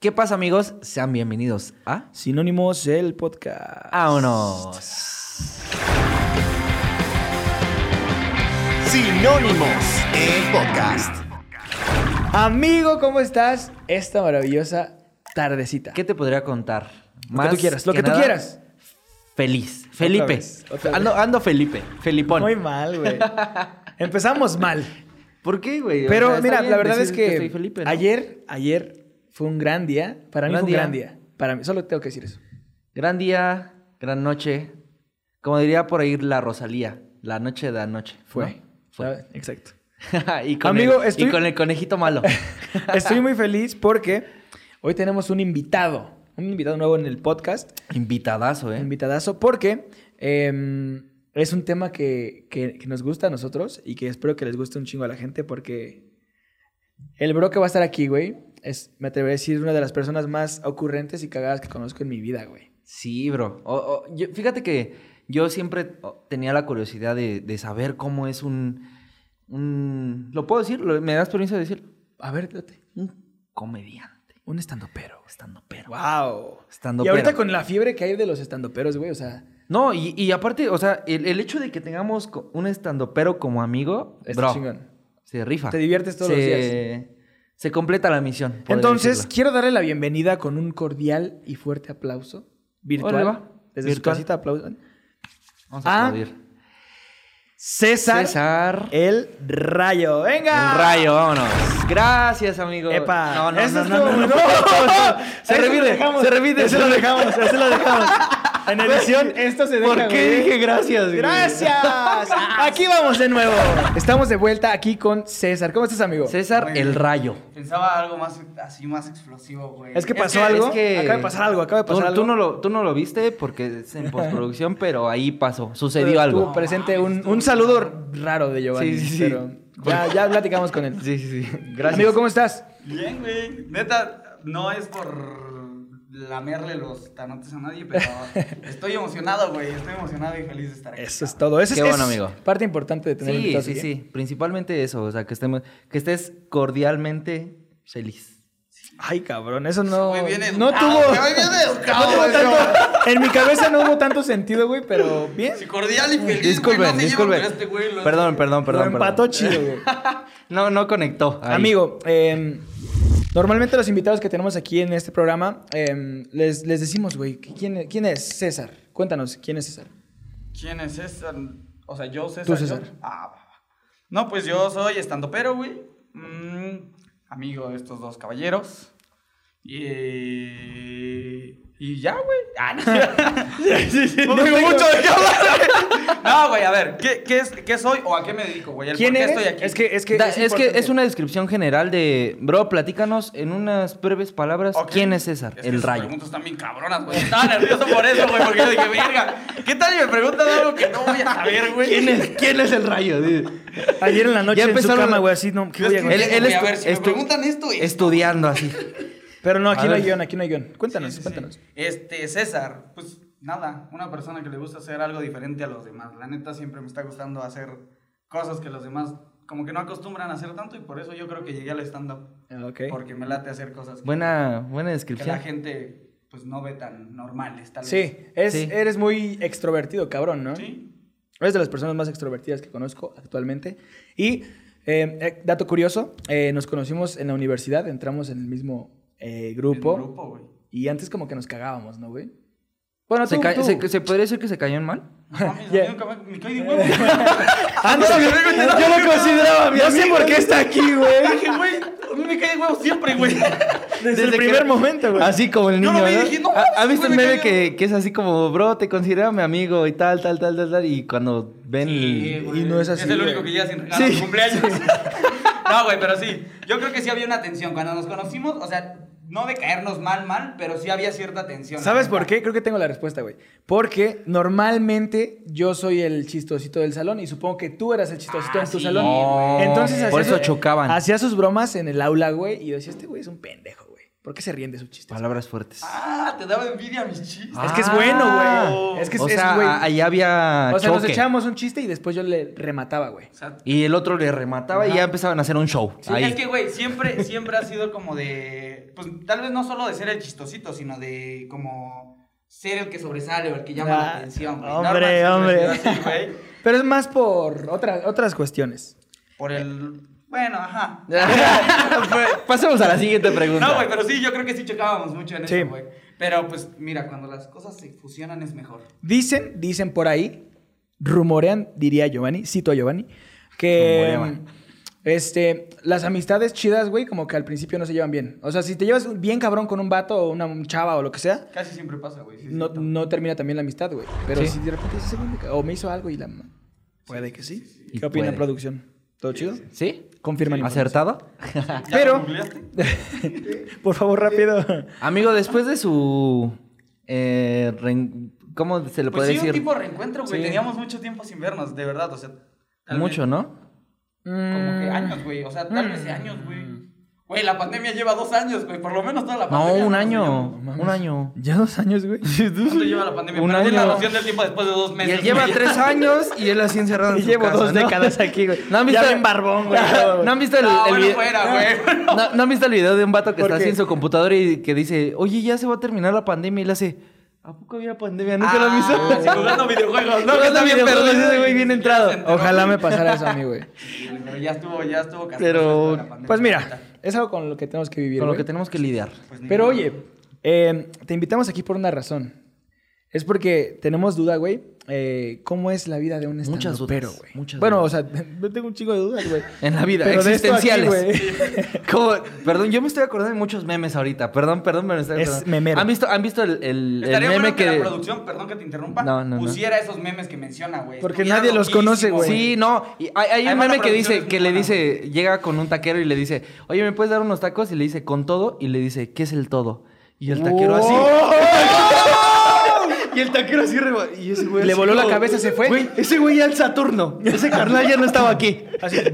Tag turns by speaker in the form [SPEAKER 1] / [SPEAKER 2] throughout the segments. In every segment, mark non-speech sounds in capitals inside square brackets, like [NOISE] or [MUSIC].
[SPEAKER 1] ¿Qué pasa, amigos? Sean bienvenidos a
[SPEAKER 2] Sinónimos el podcast.
[SPEAKER 1] Ah, Vámonos.
[SPEAKER 3] Sinónimos, el podcast.
[SPEAKER 2] Amigo, ¿cómo estás? Esta maravillosa tardecita.
[SPEAKER 1] ¿Qué te podría contar?
[SPEAKER 2] lo que tú quieras, lo que, tú
[SPEAKER 1] nada,
[SPEAKER 2] quieras.
[SPEAKER 1] Feliz. Felipe.
[SPEAKER 2] vez, otra vez.
[SPEAKER 1] Ando, ando Felipe. Felipón.
[SPEAKER 2] Muy mal, güey.
[SPEAKER 1] [LAUGHS]
[SPEAKER 2] Empezamos mal.
[SPEAKER 1] ¿Por qué, güey? O
[SPEAKER 2] Pero
[SPEAKER 1] sea, está
[SPEAKER 2] mira,
[SPEAKER 1] bien
[SPEAKER 2] la verdad es
[SPEAKER 1] decir
[SPEAKER 2] que,
[SPEAKER 1] soy Felipe, ¿no?
[SPEAKER 2] ayer, ayer fue un gran día. Para mí
[SPEAKER 1] Gran
[SPEAKER 2] fue un
[SPEAKER 1] día.
[SPEAKER 2] gran día. Para mí, solo tengo que decir eso.
[SPEAKER 1] Gran día, gran noche. Como diría por ahí la Rosalía, la noche de anoche. ¿no?
[SPEAKER 2] Fue.
[SPEAKER 1] Fue.
[SPEAKER 2] Exacto.
[SPEAKER 1] [LAUGHS] y, con
[SPEAKER 2] Amigo,
[SPEAKER 1] el,
[SPEAKER 2] estoy-
[SPEAKER 1] y con el conejito
[SPEAKER 2] [LAUGHS]
[SPEAKER 1] malo.
[SPEAKER 2] Estoy muy feliz porque hoy tenemos un invitado. Un invitado nuevo en el podcast.
[SPEAKER 1] Invitadazo, ¿eh?
[SPEAKER 2] invitadazo porque eh, es un tema que, que- que nos gusta a nosotros y que espero que les guste un chingo a la gente porque el bro que va a estar aquí, güey, es, me atrevería a decir, una de las personas más ocurrentes y cagadas que conozco en mi vida, güey.
[SPEAKER 1] Sí, bro. O- o- yo- fíjate que yo siempre o, tenía la curiosidad de, de saber cómo es un, un- ¿Lo puedo decir? ¿Lo- ¿Me das permiso de decirlo?
[SPEAKER 2] A ver, espérate.
[SPEAKER 1] Un comediante.
[SPEAKER 2] Un estandopero.
[SPEAKER 1] Estando pero.
[SPEAKER 2] ¡Wow!
[SPEAKER 1] Estandopero.
[SPEAKER 2] Y ahorita con la fiebre que hay de los estandoperos, güey, o sea...
[SPEAKER 1] No, y, y aparte, o sea, el, el hecho de que tengamos co- un estando pero como amigo,
[SPEAKER 2] Está
[SPEAKER 1] bro,
[SPEAKER 2] chingón.
[SPEAKER 1] se rifa.
[SPEAKER 2] Te diviertes todos los días.
[SPEAKER 1] Se completa la misión. podría
[SPEAKER 2] Entonces,
[SPEAKER 1] decirlo.
[SPEAKER 2] quiero darle la bienvenida con un cordial y fuerte aplauso virtual.
[SPEAKER 1] Órale, va.
[SPEAKER 2] Desde
[SPEAKER 1] Virtual.
[SPEAKER 2] su casita aplaudan.
[SPEAKER 1] vamos a
[SPEAKER 2] ah,
[SPEAKER 1] aplaudir.
[SPEAKER 2] César.
[SPEAKER 1] César.
[SPEAKER 2] El rayo. ¡Venga!
[SPEAKER 1] El rayo, vámonos. Gracias, amigo.
[SPEAKER 2] ¡Epa!
[SPEAKER 1] No, no,
[SPEAKER 2] Eso
[SPEAKER 1] no,
[SPEAKER 2] es
[SPEAKER 1] no,
[SPEAKER 2] todo.
[SPEAKER 1] no, no, no. Se
[SPEAKER 2] Eso lo
[SPEAKER 1] repite,
[SPEAKER 2] dejamos.
[SPEAKER 1] se repite.
[SPEAKER 2] Eso lo dejamos, eso lo dejamos. En edición, esto se deja,
[SPEAKER 1] ¿Por qué
[SPEAKER 2] güey.
[SPEAKER 1] dije Ah. gracias, güey?
[SPEAKER 2] ¡Gracias! Aquí vamos de nuevo. Estamos de vuelta aquí con César. ¿Cómo estás, amigo?
[SPEAKER 1] César
[SPEAKER 4] Muy bien.
[SPEAKER 1] el rayo.
[SPEAKER 4] Pensaba algo más así, más explosivo, güey.
[SPEAKER 2] Es que pasó algo.
[SPEAKER 1] Es que-
[SPEAKER 2] Acaba de pasar algo, acaba de
[SPEAKER 1] Tú-
[SPEAKER 2] pasar
[SPEAKER 1] Tú,
[SPEAKER 2] algo.
[SPEAKER 1] no lo, tú no lo viste porque es
[SPEAKER 2] [LAUGHS]
[SPEAKER 1] en postproducción, pero ahí pasó, sucedió
[SPEAKER 2] Pero
[SPEAKER 1] algo.
[SPEAKER 2] Estuvo presente un, un saludo raro de Giovanni.
[SPEAKER 1] Sí, sí, sí.
[SPEAKER 2] Pero ya, ya platicamos con él.
[SPEAKER 1] Sí, sí, sí. Gracias.
[SPEAKER 2] Amigo, ¿cómo estás?
[SPEAKER 4] Bien, güey. Neta, no es por lamerle los tanotes a nadie,
[SPEAKER 2] [LAUGHS]
[SPEAKER 4] pero estoy emocionado, güey. Estoy emocionado y feliz de estar aquí.
[SPEAKER 2] Eso es todo. Eso es-
[SPEAKER 1] Qué bueno,
[SPEAKER 2] es
[SPEAKER 1] amigo.
[SPEAKER 2] Parte importante de tener ¿eh?
[SPEAKER 1] Sí,
[SPEAKER 2] invitados
[SPEAKER 1] sí,
[SPEAKER 2] aquí.
[SPEAKER 1] sí. Principalmente eso, o sea, que estemos, que estés cordialmente feliz.
[SPEAKER 2] Ay, cabrón, eso no.
[SPEAKER 4] Muy bien
[SPEAKER 2] no
[SPEAKER 4] educado,
[SPEAKER 2] tuvo.
[SPEAKER 4] güey, muy bien educado,
[SPEAKER 2] no tuvo
[SPEAKER 4] güey,
[SPEAKER 2] tanto- en mi cabeza no hubo tanto sentido, güey, pero bien.
[SPEAKER 4] Sí, cordial y feliz. [LAUGHS] güey,
[SPEAKER 1] Disculpen,
[SPEAKER 4] no se llevan
[SPEAKER 1] disculpen.
[SPEAKER 4] con este güey, lo-
[SPEAKER 1] Perdón, perdón,
[SPEAKER 2] Lo
[SPEAKER 1] perdón.
[SPEAKER 2] empató
[SPEAKER 1] perdón.
[SPEAKER 2] chido, güey.
[SPEAKER 1] No, no conectó. ahí.
[SPEAKER 2] Amigo, eh, normalmente los invitados que tenemos aquí en este programa eh, les, les decimos, güey, que ¿quién, ¿quién es César? Cuéntanos, ¿quién es
[SPEAKER 4] [LAUGHS]
[SPEAKER 2] César?
[SPEAKER 4] ¿Quién es César? O sea, yo César.
[SPEAKER 2] Tú,
[SPEAKER 4] yo-
[SPEAKER 2] César.
[SPEAKER 4] Ah, va, va. No, pues yo soy estando pero, güey. Mm, amigo de estos dos caballeros. Y. Y ya, güey. Ah, no.
[SPEAKER 2] [LAUGHS]
[SPEAKER 4] No
[SPEAKER 2] No
[SPEAKER 4] tengo
[SPEAKER 2] tengo- [LAUGHS]
[SPEAKER 4] mucho de qué hablar. No, güey, a ver, ¿qué, qué es, ¿qué soy o a qué me dedico, güey? ¿El
[SPEAKER 2] ¿Quién
[SPEAKER 4] por qué
[SPEAKER 2] eres?
[SPEAKER 4] estoy aquí?
[SPEAKER 2] Es que es, que
[SPEAKER 1] Da- es, que
[SPEAKER 2] importante.
[SPEAKER 1] es una descripción general de. Bro, platícanos en unas breves palabras
[SPEAKER 4] Ok.
[SPEAKER 1] quién es César,
[SPEAKER 4] Es que
[SPEAKER 1] el
[SPEAKER 4] sus
[SPEAKER 1] rayo.
[SPEAKER 4] preguntas están bien cabronas, güey. Estaba nervioso por eso, güey, porque yo dije, verga, ¿qué tal si me preguntan algo que no voy a saber, güey?
[SPEAKER 1] ¿Quién es, quién es el rayo? Di-
[SPEAKER 2] Ayer en la noche
[SPEAKER 1] Ya
[SPEAKER 2] en su
[SPEAKER 1] empezaron-
[SPEAKER 2] cama, güey, así, no, ¿qué
[SPEAKER 4] Es
[SPEAKER 2] voy a-
[SPEAKER 4] que-
[SPEAKER 1] Él, él
[SPEAKER 4] Güey, a
[SPEAKER 1] estu-
[SPEAKER 4] ver, si me
[SPEAKER 1] estu- Este,
[SPEAKER 4] preguntan esto, esto.
[SPEAKER 1] Estudiando así.
[SPEAKER 2] Pero no,
[SPEAKER 1] A
[SPEAKER 2] aquí no hay
[SPEAKER 1] ver.
[SPEAKER 2] guión, aquí no hay guión. Cuéntanos,
[SPEAKER 4] Sí, sí,
[SPEAKER 2] cuéntanos.
[SPEAKER 4] sí. Este, César, pues nada, una persona que le gusta hacer algo diferente a los demás. La neta siempre me está gustando hacer cosas que los demás como que no acostumbran a hacer tanto y por eso yo creo que llegué al stand-up.
[SPEAKER 2] Ah, ok.
[SPEAKER 4] Porque me late hacer cosas que-
[SPEAKER 1] Buena, buena
[SPEAKER 4] que la
[SPEAKER 1] descripción.
[SPEAKER 4] gente pues no ve tan normales, tal
[SPEAKER 2] Sí,
[SPEAKER 4] vez.
[SPEAKER 2] es,
[SPEAKER 1] Sí.
[SPEAKER 2] eres muy extrovertido, cabrón, ¿no?
[SPEAKER 4] Sí.
[SPEAKER 2] Eres de las personas más extrovertidas que conozco actualmente. Y, eh, eh, dato curioso, eh, nos conocimos en la universidad, entramos en el mismo eh, grupo.
[SPEAKER 4] El grupo,
[SPEAKER 2] [LAUGHS]
[SPEAKER 4] güey.
[SPEAKER 2] Y antes como que nos cagábamos, ¿no, güey? Bueno,
[SPEAKER 1] ¿Se,
[SPEAKER 2] tú,
[SPEAKER 1] ca-
[SPEAKER 2] tú.
[SPEAKER 1] se- se podría decir que se cayó en mal?
[SPEAKER 4] No mames,
[SPEAKER 2] Ya.
[SPEAKER 4] a mí nunca me- me cae de huevo. [LAUGHS]
[SPEAKER 2] Antes Ah,
[SPEAKER 1] Ah,
[SPEAKER 2] yo lo consideraba mi No sé por qué está aquí, güey.
[SPEAKER 4] Dije, güey, a mí me cae de huevo siempre, güey.
[SPEAKER 2] Desde, el primer momento, güey.
[SPEAKER 1] Así como el
[SPEAKER 4] Yo
[SPEAKER 1] niño.
[SPEAKER 4] lo vi y
[SPEAKER 1] ¿no?
[SPEAKER 4] dije, no,
[SPEAKER 1] ¿Ha- ¿Has
[SPEAKER 4] sí,
[SPEAKER 1] visto el
[SPEAKER 4] güey, me
[SPEAKER 1] meme
[SPEAKER 4] cayó.
[SPEAKER 1] que, que es así como, bro, te considero mi amigo y tal, tal, tal, tal, tal? Y cuando ven. el-
[SPEAKER 4] güey.
[SPEAKER 2] y no es así,
[SPEAKER 4] Es el
[SPEAKER 2] güey.
[SPEAKER 4] único que llega sin regalo de
[SPEAKER 1] Sí.
[SPEAKER 4] cumpleaños. [LAUGHS] no, güey, pero sí. Yo creo que sí había una tensión. Cuando nos conocimos, o sea, no de caernos mal, mal, pero sí había cierta tensión.
[SPEAKER 2] ¿Sabes por qué? Creo que tengo la respuesta, güey. Porque normalmente yo soy el chistosito del salón y supongo que tú eras el chistosito
[SPEAKER 4] Ah,
[SPEAKER 2] en tu
[SPEAKER 4] sí,
[SPEAKER 2] salón.
[SPEAKER 4] güey.
[SPEAKER 2] Entonces
[SPEAKER 1] por
[SPEAKER 2] hacía
[SPEAKER 1] eso
[SPEAKER 2] sus-
[SPEAKER 1] chocaban.
[SPEAKER 2] Hacía sus bromas en el aula, güey, y yo decía, este güey es un pendejo, güey. ¿Por qué se ríen de sus chistes?
[SPEAKER 1] Palabras fuertes.
[SPEAKER 4] Ah, te daba envidia mis chistes.
[SPEAKER 2] Es que es bueno,
[SPEAKER 1] Ah.
[SPEAKER 2] güey. Es que es,
[SPEAKER 1] o
[SPEAKER 2] es,
[SPEAKER 1] sea,
[SPEAKER 2] güey.
[SPEAKER 1] a- ahí había
[SPEAKER 2] O sea, nos
[SPEAKER 1] choque.
[SPEAKER 2] echábamos un chiste y después yo le remataba, güey.
[SPEAKER 4] O sea,
[SPEAKER 1] Y el otro le remataba y
[SPEAKER 2] Ajá.
[SPEAKER 1] ya empezaban a hacer un show.
[SPEAKER 4] Sí,
[SPEAKER 1] ahí.
[SPEAKER 4] es que, güey, siempre, siempre ha sido como de. Pues tal vez no solo de ser el chistosito, sino de como ser el que sobresale o el que llama la
[SPEAKER 2] Ah,
[SPEAKER 4] atención. güey.
[SPEAKER 2] hombre,
[SPEAKER 4] Norman siempre ha
[SPEAKER 2] hombre.
[SPEAKER 4] sido así, güey,
[SPEAKER 2] [LAUGHS] Pero es más por otras otras cuestiones.
[SPEAKER 4] por el. Bueno, ajá.
[SPEAKER 1] [LAUGHS] Pasemos a la siguiente pregunta.
[SPEAKER 4] No, güey, pero sí, yo creo que sí chocábamos mucho en
[SPEAKER 2] Sí.
[SPEAKER 4] eso, güey. Pero pues mira, cuando las cosas se fusionan es mejor.
[SPEAKER 2] Dicen, dicen por ahí, rumorean, diría Giovanni, cito a Giovanni, que
[SPEAKER 1] Rumoreaban.
[SPEAKER 2] este, las amistades chidas, güey, como que al principio no se llevan bien. O sea, si te llevas bien cabrón con un vato o una chava o lo que sea,
[SPEAKER 4] Casi siempre pasa, güey. sí,
[SPEAKER 2] no,
[SPEAKER 4] cierto.
[SPEAKER 2] no termina también la amistad, güey. Pero
[SPEAKER 1] Sí.
[SPEAKER 2] si de repente dices, "Ese güey me ca- o me hizo algo y la... Puede que sí.
[SPEAKER 1] Y
[SPEAKER 2] ¿Qué opina
[SPEAKER 1] puede.
[SPEAKER 2] producción? ¿Todo chido?
[SPEAKER 1] ¿Sí?
[SPEAKER 2] Confirma la información.
[SPEAKER 1] ¿Acertado?
[SPEAKER 4] ¿Ya
[SPEAKER 2] pero-
[SPEAKER 4] lo googleaste? Pues
[SPEAKER 2] Por favor, rápido.
[SPEAKER 1] Amigo, después de su... eh, ren- ¿Cómo se le
[SPEAKER 4] Pues
[SPEAKER 1] puede
[SPEAKER 4] sí, un
[SPEAKER 1] decir?
[SPEAKER 4] tipo de reencuentro, güey.
[SPEAKER 2] Sí.
[SPEAKER 4] Teníamos mucho tiempo sin vernos, de verdad, o sea. tal vez-
[SPEAKER 1] Mucho, ¿no?
[SPEAKER 4] Como
[SPEAKER 1] Mm.
[SPEAKER 4] que años, güey. O sea, tal vez de años, güey. Güey, la pandemia lleva dos años, güey. Por lo menos toda la
[SPEAKER 1] No,
[SPEAKER 4] pandemia.
[SPEAKER 1] un
[SPEAKER 4] nos
[SPEAKER 1] año.
[SPEAKER 4] llevamos.
[SPEAKER 1] Un año.
[SPEAKER 2] [LAUGHS] Ya dos años, güey.
[SPEAKER 4] ¿Cuánto lleva la pandemia?
[SPEAKER 1] Un
[SPEAKER 4] Perdí la
[SPEAKER 1] año.
[SPEAKER 4] noción del tiempo después de dos
[SPEAKER 1] Y
[SPEAKER 4] meses.
[SPEAKER 1] él lleva
[SPEAKER 4] güey.
[SPEAKER 1] tres años y él así
[SPEAKER 2] [LAUGHS]
[SPEAKER 1] encerrado en
[SPEAKER 2] Y
[SPEAKER 1] su
[SPEAKER 2] llevo
[SPEAKER 1] casa,
[SPEAKER 2] dos
[SPEAKER 1] ¿no?
[SPEAKER 2] décadas aquí, güey.
[SPEAKER 1] [LAUGHS] ¿No han
[SPEAKER 2] Ya
[SPEAKER 1] visto-
[SPEAKER 2] bien barbón, güey. todo,
[SPEAKER 1] [LAUGHS]
[SPEAKER 2] güey.
[SPEAKER 1] ¿No han visto el,
[SPEAKER 4] No,
[SPEAKER 1] el
[SPEAKER 4] Ah,
[SPEAKER 1] Ah.
[SPEAKER 4] bueno,
[SPEAKER 1] video-
[SPEAKER 4] fuera, güey.
[SPEAKER 1] [LAUGHS] ¿No, no han visto el video de un vato que
[SPEAKER 2] ¿Por
[SPEAKER 1] está
[SPEAKER 2] qué?
[SPEAKER 1] así en su computadora y que dice, oye, ya se va a terminar la pandemia? Y le hace, ¿a poco había pandemia? ¿Nunca lo
[SPEAKER 4] Ah,
[SPEAKER 1] avisó? [LAUGHS]
[SPEAKER 4] sí, jugando videojuegos. No,
[SPEAKER 1] Jugando
[SPEAKER 4] que está bien
[SPEAKER 1] videojuegos,
[SPEAKER 4] perdido.
[SPEAKER 1] ese güey bien entrado.
[SPEAKER 4] Ya se enteró,
[SPEAKER 2] Ojalá me
[SPEAKER 4] güey.
[SPEAKER 2] pasara eso a
[SPEAKER 1] [LAUGHS]
[SPEAKER 2] mí, güey.
[SPEAKER 4] Pero ya estuvo, ya estuvo castroso
[SPEAKER 1] Pero,
[SPEAKER 4] esto de la pandemia.
[SPEAKER 2] Pues mira, es algo con lo que tenemos que vivir.
[SPEAKER 1] Con lo
[SPEAKER 2] güey.
[SPEAKER 1] que tenemos que lidiar.
[SPEAKER 4] Pues ni
[SPEAKER 2] Pero
[SPEAKER 4] modo.
[SPEAKER 2] oye, eh, te invitamos aquí por una razón. Es porque tenemos duda, güey. eh, ¿Cómo es la vida de un
[SPEAKER 1] Muchas
[SPEAKER 2] estandopero, pero,
[SPEAKER 1] dudas,
[SPEAKER 2] güey?
[SPEAKER 1] muchas
[SPEAKER 2] bueno,
[SPEAKER 1] dudas.
[SPEAKER 2] o sea, [LAUGHS] yo tengo un chingo de dudas, güey.
[SPEAKER 1] [LAUGHS] En la vida,
[SPEAKER 2] Pero de esto aquí,
[SPEAKER 1] existenciales.
[SPEAKER 2] güey.
[SPEAKER 1] [LAUGHS] Como- perdón, yo me estoy acordando de muchos memes ahorita. Perdón, perdón, me estoy
[SPEAKER 2] Es
[SPEAKER 1] acordando.
[SPEAKER 2] memero.
[SPEAKER 1] ¿Han visto, han visto el, el- el
[SPEAKER 4] Estaría
[SPEAKER 1] meme
[SPEAKER 4] bueno que,
[SPEAKER 1] que...
[SPEAKER 4] la producción, perdón que te interrumpa,
[SPEAKER 1] No, no, no.
[SPEAKER 4] pusiera esos memes que menciona, güey.
[SPEAKER 2] Porque
[SPEAKER 4] Estuviera
[SPEAKER 2] nadie los
[SPEAKER 4] loquísimo,
[SPEAKER 2] conoce, güey.
[SPEAKER 1] Sí, no. y hay, hay un
[SPEAKER 4] Además, la
[SPEAKER 1] meme que
[SPEAKER 4] producción es
[SPEAKER 1] dice,
[SPEAKER 4] muy
[SPEAKER 1] que le
[SPEAKER 4] buena,
[SPEAKER 1] dice, llega con un taquero y le dice, oye, ¿me puedes dar unos tacos? Y le dice, con todo, y le dice, ¿qué es el todo? Y el taquero así.
[SPEAKER 2] ¡Oh!
[SPEAKER 1] [LAUGHS] Y el taquero así reba- y ese güey
[SPEAKER 2] Le
[SPEAKER 1] así
[SPEAKER 2] voló la
[SPEAKER 1] como,
[SPEAKER 2] cabeza, se fue.
[SPEAKER 1] Güey, ese güey ya el Saturno. Ese carnal ya no estaba aquí.
[SPEAKER 2] Así. [LAUGHS]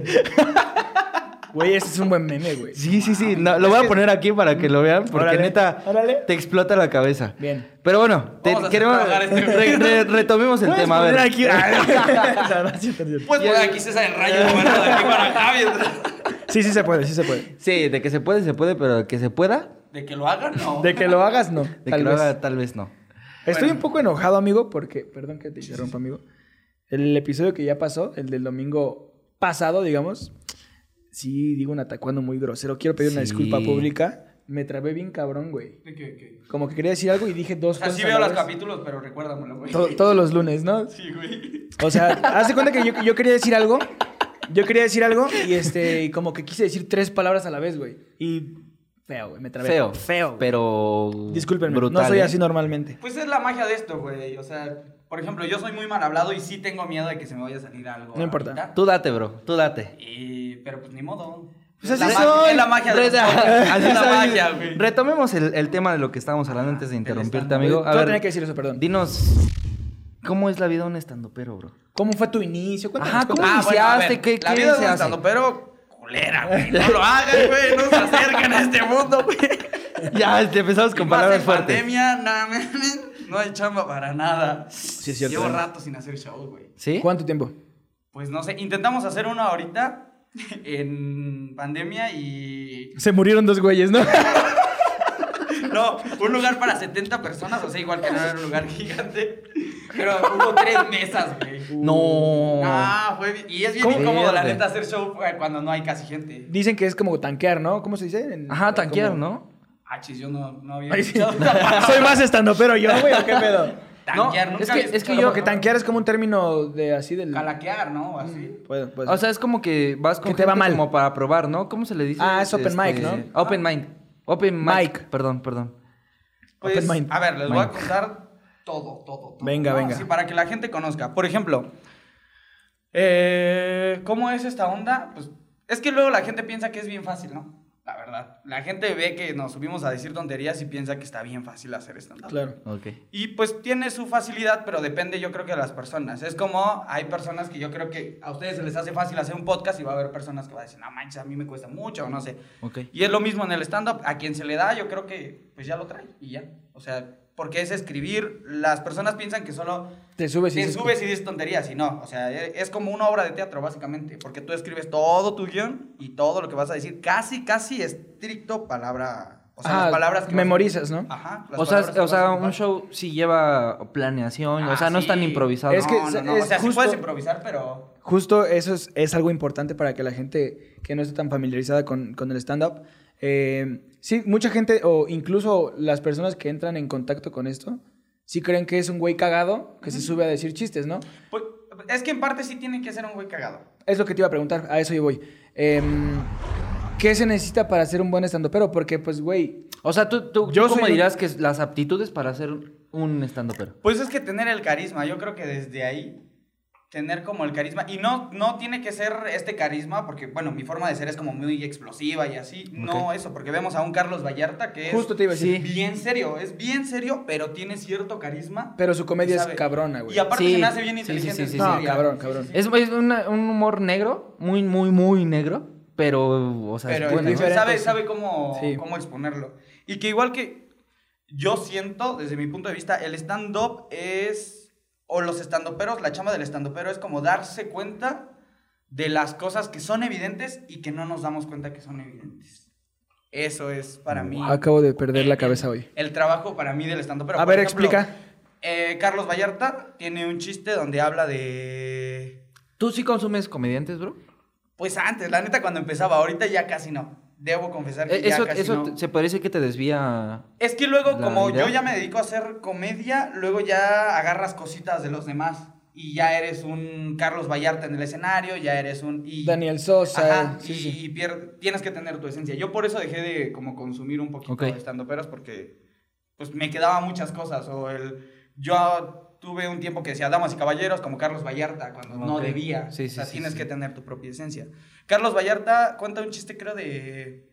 [SPEAKER 2] Güey, ese es un buen meme, güey.
[SPEAKER 1] Sí, sí, sí. no, lo voy a poner aquí para que lo vean, porque
[SPEAKER 2] Órale,
[SPEAKER 1] neta
[SPEAKER 2] órale.
[SPEAKER 1] te explota la cabeza.
[SPEAKER 2] Bien.
[SPEAKER 1] Pero bueno, te-
[SPEAKER 4] Vamos a
[SPEAKER 1] queremos
[SPEAKER 4] trabajar este
[SPEAKER 1] re- re- retomemos el
[SPEAKER 2] ¿Puedes
[SPEAKER 1] tema. A ver.
[SPEAKER 2] poner aquí?
[SPEAKER 1] [LAUGHS]
[SPEAKER 2] [LAUGHS] No, no, sí, sí.
[SPEAKER 4] Pues por aquí César el rayo bueno, de aquí para Javier.
[SPEAKER 2] sí, sí se puede, sí se puede.
[SPEAKER 1] Sí, de que se puede, se puede, pero de que se pueda,
[SPEAKER 4] [LAUGHS] De que lo hagan, no.
[SPEAKER 2] De que lo hagas, no.
[SPEAKER 1] de
[SPEAKER 2] tal
[SPEAKER 1] que lo
[SPEAKER 2] vez.
[SPEAKER 1] haga, tal vez no.
[SPEAKER 2] Estoy
[SPEAKER 4] Bueno.
[SPEAKER 2] un poco enojado, amigo, porque, perdón que te interrumpa, amigo. El episodio que ya pasó, el del domingo pasado, digamos, sí digo un atacuando muy grosero. Quiero pedir una
[SPEAKER 1] Sí.
[SPEAKER 2] disculpa pública. Me trabé bien cabrón, güey.
[SPEAKER 4] De que- que-
[SPEAKER 2] Como que quería decir algo y dije
[SPEAKER 4] O
[SPEAKER 2] dos
[SPEAKER 4] sea,
[SPEAKER 2] cosas.
[SPEAKER 4] sí
[SPEAKER 2] a
[SPEAKER 4] veo
[SPEAKER 2] la
[SPEAKER 4] los
[SPEAKER 2] vez.
[SPEAKER 4] capítulos, pero recuérdamelo, güey.
[SPEAKER 2] To- todos los lunes, ¿no?
[SPEAKER 4] [LAUGHS] Sí, güey.
[SPEAKER 2] O sea, haz de cuenta que yo, yo quería decir algo. Yo quería decir algo y este, y como que quise decir tres palabras a la vez, güey. Y feo, güey, me trabé.
[SPEAKER 1] Feo.
[SPEAKER 2] Feo. Pero...
[SPEAKER 1] Pero.
[SPEAKER 2] Discúlpenme,
[SPEAKER 1] brutal,
[SPEAKER 2] no soy
[SPEAKER 1] ¿eh?
[SPEAKER 2] así normalmente.
[SPEAKER 4] Pues es la magia de esto, güey. O sea, por ejemplo, yo soy muy mal hablado y sí tengo miedo de que se me vaya a salir algo.
[SPEAKER 2] No importa.
[SPEAKER 4] ahorita.
[SPEAKER 1] Tú date, bro. Tú date.
[SPEAKER 4] Y... Pero pues ni modo.
[SPEAKER 2] Pues
[SPEAKER 4] Es la
[SPEAKER 2] así
[SPEAKER 4] magia-
[SPEAKER 2] soy.
[SPEAKER 4] Es la magia de los
[SPEAKER 1] Reta- [LAUGHS]
[SPEAKER 4] podcasts,
[SPEAKER 1] así
[SPEAKER 4] Es la
[SPEAKER 1] soy.
[SPEAKER 4] magia, güey.
[SPEAKER 1] Retomemos el, el tema de lo que estábamos hablando antes de
[SPEAKER 4] del
[SPEAKER 1] interrumpirte,
[SPEAKER 4] stand-up.
[SPEAKER 1] amigo. A
[SPEAKER 2] Solo
[SPEAKER 1] ver,
[SPEAKER 2] tenía que decir eso, perdón.
[SPEAKER 1] Dinos, ¿cómo es la vida de un estandopero,
[SPEAKER 4] [LAUGHS]
[SPEAKER 1] bro?
[SPEAKER 2] ¿Cómo fue tu inicio? Cuéntanos,
[SPEAKER 1] Ajá, ¿cómo
[SPEAKER 2] cuéntanos.
[SPEAKER 4] Ah, bueno, a
[SPEAKER 1] iniciaste?
[SPEAKER 4] ver,
[SPEAKER 1] ¿Qué-
[SPEAKER 4] la
[SPEAKER 1] qué
[SPEAKER 4] vida
[SPEAKER 1] se
[SPEAKER 4] de un
[SPEAKER 1] hace?
[SPEAKER 4] estandopero culera, güey. No lo hagan, güey. No se acerquen a este mundo, güey.
[SPEAKER 1] Ya, te empezamos con
[SPEAKER 4] Más
[SPEAKER 1] palabras
[SPEAKER 4] en
[SPEAKER 1] fuertes.
[SPEAKER 4] pandemia, na- no hay chamba para nada. Sí,
[SPEAKER 2] es cierto.
[SPEAKER 4] Llevo rato sin hacer shows, güey.
[SPEAKER 1] ¿Sí?
[SPEAKER 2] ¿Cuánto tiempo?
[SPEAKER 4] Pues no sé, intentamos hacer uno ahorita en pandemia y...
[SPEAKER 2] Se murieron dos güeyes, ¿no?
[SPEAKER 4] No, un lugar para 70 personas, o sea, igual que no era un lugar [LAUGHS] gigante. Pero hubo tres mesas, güey.
[SPEAKER 1] No.
[SPEAKER 4] Ah, fue... bien- Y es bien
[SPEAKER 1] ¿Cómo?
[SPEAKER 4] incómodo, la
[SPEAKER 1] Verde.
[SPEAKER 4] neta, hacer show eh, cuando no hay casi gente.
[SPEAKER 2] [LAUGHS] Dicen que es como tanquear, ¿no? ¿Cómo se dice? En-
[SPEAKER 1] Ajá, tanquear,
[SPEAKER 2] como-
[SPEAKER 4] [LAUGHS]
[SPEAKER 1] ¿no?
[SPEAKER 4] Ah, chis, yo no, no había...
[SPEAKER 2] Ay, sí.
[SPEAKER 4] escuchado esa
[SPEAKER 1] [LAUGHS]
[SPEAKER 4] palabra.
[SPEAKER 2] Soy más estando, pero
[SPEAKER 4] [LAUGHS]
[SPEAKER 2] yo, güey, ¿o [LAUGHS] qué pedo?
[SPEAKER 4] Tanquear,
[SPEAKER 1] No,
[SPEAKER 4] nunca
[SPEAKER 1] es que-
[SPEAKER 4] había
[SPEAKER 1] es que
[SPEAKER 4] escuchado,
[SPEAKER 2] Como
[SPEAKER 1] yo-
[SPEAKER 2] que
[SPEAKER 4] ¿no?
[SPEAKER 2] tanquear es como un término de así del.
[SPEAKER 4] Calaquear, ¿no? Así.
[SPEAKER 2] Puede, puede
[SPEAKER 1] O
[SPEAKER 2] ser.
[SPEAKER 1] sea, es como que vas con
[SPEAKER 2] Que te va
[SPEAKER 1] gente
[SPEAKER 2] mal.
[SPEAKER 1] como para probar, ¿no? ¿Cómo se le dice? Este,
[SPEAKER 2] Ah, es open mic, ¿no?
[SPEAKER 1] Open mic. Open mic.
[SPEAKER 2] Mic.
[SPEAKER 1] Perdón, perdón.
[SPEAKER 4] Pues,
[SPEAKER 2] Open mind.
[SPEAKER 4] a ver, les voy a
[SPEAKER 2] Mind.
[SPEAKER 4] contar todo, todo, todo.
[SPEAKER 2] Venga, venga.
[SPEAKER 4] Así para que la gente conozca. Por ejemplo, eh, ¿cómo es esta onda? Pues es que luego la gente piensa que es bien fácil, ¿no? La verdad. La gente ve que nos subimos a decir tonterías y piensa que está bien fácil hacer stand-up.
[SPEAKER 2] Claro.
[SPEAKER 1] Ok.
[SPEAKER 4] Y pues tiene su facilidad, pero depende yo creo que de las personas. Es como hay personas que yo creo que a ustedes se les hace fácil hacer un podcast y va a haber personas que van a decir, no manches, a mí me cuesta mucho o no sé.
[SPEAKER 1] Ok.
[SPEAKER 4] Y es lo mismo en el stand-up, a quien se le da yo creo que pues ya lo trae y ya. O sea, porque es escribir, las personas piensan que solo
[SPEAKER 2] Te
[SPEAKER 1] Pues
[SPEAKER 2] subes y
[SPEAKER 4] te
[SPEAKER 2] dices-
[SPEAKER 4] subes y dices tonterías y no. O sea, e- es como una obra de teatro básicamente, porque tú escribes todo tu guión y todo lo que vas a decir, casi, casi estricto palabra. O sea,
[SPEAKER 2] Ah,
[SPEAKER 4] las palabras que vas a-
[SPEAKER 2] memorizas, ¿no?
[SPEAKER 4] Ajá. las
[SPEAKER 1] O sea,
[SPEAKER 4] palabras que
[SPEAKER 1] o sea,
[SPEAKER 4] vas a
[SPEAKER 1] un
[SPEAKER 4] ocupar.
[SPEAKER 1] show sí lleva planeación,
[SPEAKER 4] Ah,
[SPEAKER 1] o sea, no es tan
[SPEAKER 4] sí.
[SPEAKER 1] improvisado.
[SPEAKER 2] Es
[SPEAKER 4] Es
[SPEAKER 2] que
[SPEAKER 4] que
[SPEAKER 2] se-
[SPEAKER 4] o
[SPEAKER 2] es
[SPEAKER 4] sea, sí
[SPEAKER 2] justo-
[SPEAKER 4] puedes improvisar, pero
[SPEAKER 2] Justo eso es, es algo importante para que la gente que no esté tan familiarizada con, con el stand-up. eh, sí, mucha gente, o incluso las personas que entran en contacto con esto, sí creen que es un güey cagado que se sube a decir chistes, ¿no?
[SPEAKER 4] pues, es que en parte sí tiene que ser un güey cagado.
[SPEAKER 2] Es lo que te iba a preguntar, a eso yo voy. Em, ¿Qué se necesita para ser un buen stand-upero? Porque, pues, güey,
[SPEAKER 1] O sea, tú, tú,
[SPEAKER 2] Yo
[SPEAKER 1] tú cómo
[SPEAKER 2] soy un-
[SPEAKER 1] dirás que es- las aptitudes para ser un stand-upero.
[SPEAKER 4] Pues es que tener el carisma, yo creo que desde ahí tener como el carisma y no no tiene que ser este carisma porque bueno, mi forma de ser es como muy explosiva y así, no eso, porque vemos a un Carlos Vallarta que es
[SPEAKER 2] justo te iba a decir.
[SPEAKER 4] bien serio, es bien serio, pero tiene cierto carisma.
[SPEAKER 2] Pero su comedia
[SPEAKER 4] ¿Sabe?
[SPEAKER 2] es cabrona, güey.
[SPEAKER 4] Y aparte
[SPEAKER 1] Sí,
[SPEAKER 4] se me hace bien
[SPEAKER 1] sí, sí,
[SPEAKER 4] inteligente.
[SPEAKER 1] sí, sí,
[SPEAKER 4] en
[SPEAKER 1] sí.
[SPEAKER 2] No,
[SPEAKER 4] serio.
[SPEAKER 2] cabrón, cabrón.
[SPEAKER 1] Es, es una- un humor negro, muy, muy, muy negro, pero, o sea,
[SPEAKER 4] pero
[SPEAKER 1] es bueno.
[SPEAKER 4] entonces
[SPEAKER 1] ¿no?
[SPEAKER 2] diferente,
[SPEAKER 4] sabe,
[SPEAKER 2] sí.
[SPEAKER 4] sabe cómo,
[SPEAKER 2] Sí.
[SPEAKER 4] cómo exponerlo. Y que igual que yo siento, desde mi punto de vista, el stand-up es, o los stand-uperos, la chama del stand-upero es como darse cuenta de las cosas que son evidentes y que no nos damos cuenta que son evidentes. Eso es para mí
[SPEAKER 1] Ah,
[SPEAKER 2] Acabo de perder la cabeza hoy.
[SPEAKER 4] el trabajo para mí del stand-upero.
[SPEAKER 2] A
[SPEAKER 4] Por
[SPEAKER 2] ver,
[SPEAKER 4] ejemplo,
[SPEAKER 2] explica.
[SPEAKER 4] eh, Carlos Vallarta tiene un chiste donde habla de...
[SPEAKER 1] ¿Tú sí consumes comediantes, bro?
[SPEAKER 4] Pues antes, la neta, cuando empezaba, ahorita ya casi no. Debo confesar que
[SPEAKER 1] Eh,
[SPEAKER 4] ya
[SPEAKER 1] Eso,
[SPEAKER 4] casi
[SPEAKER 1] eso
[SPEAKER 4] no.
[SPEAKER 1] te- se parece que te desvía...
[SPEAKER 4] Es que luego,
[SPEAKER 1] La
[SPEAKER 4] como
[SPEAKER 1] idea.
[SPEAKER 4] yo ya me dedico a hacer comedia, luego ya agarras cositas de los demás. Y ya eres un Carlos Vallarta en el escenario, ya eres un... y-
[SPEAKER 2] Daniel Sosa. eh,
[SPEAKER 1] eh,
[SPEAKER 4] Ajá,
[SPEAKER 2] sí,
[SPEAKER 4] y
[SPEAKER 2] sí.
[SPEAKER 4] pier- tienes que tener tu esencia. Yo por eso dejé de como consumir un poquito
[SPEAKER 1] Ok.
[SPEAKER 4] de estando peras porque pues me quedaba muchas cosas. O el... Yo tuve un tiempo que decía damas y caballeros como Carlos Vallarta cuando no
[SPEAKER 1] Ok.
[SPEAKER 4] debía.
[SPEAKER 1] Sí,
[SPEAKER 4] o sea,
[SPEAKER 1] sí, sí,
[SPEAKER 4] tienes
[SPEAKER 1] sí.
[SPEAKER 4] que tener tu propia esencia. Carlos Vallarta cuenta un chiste creo de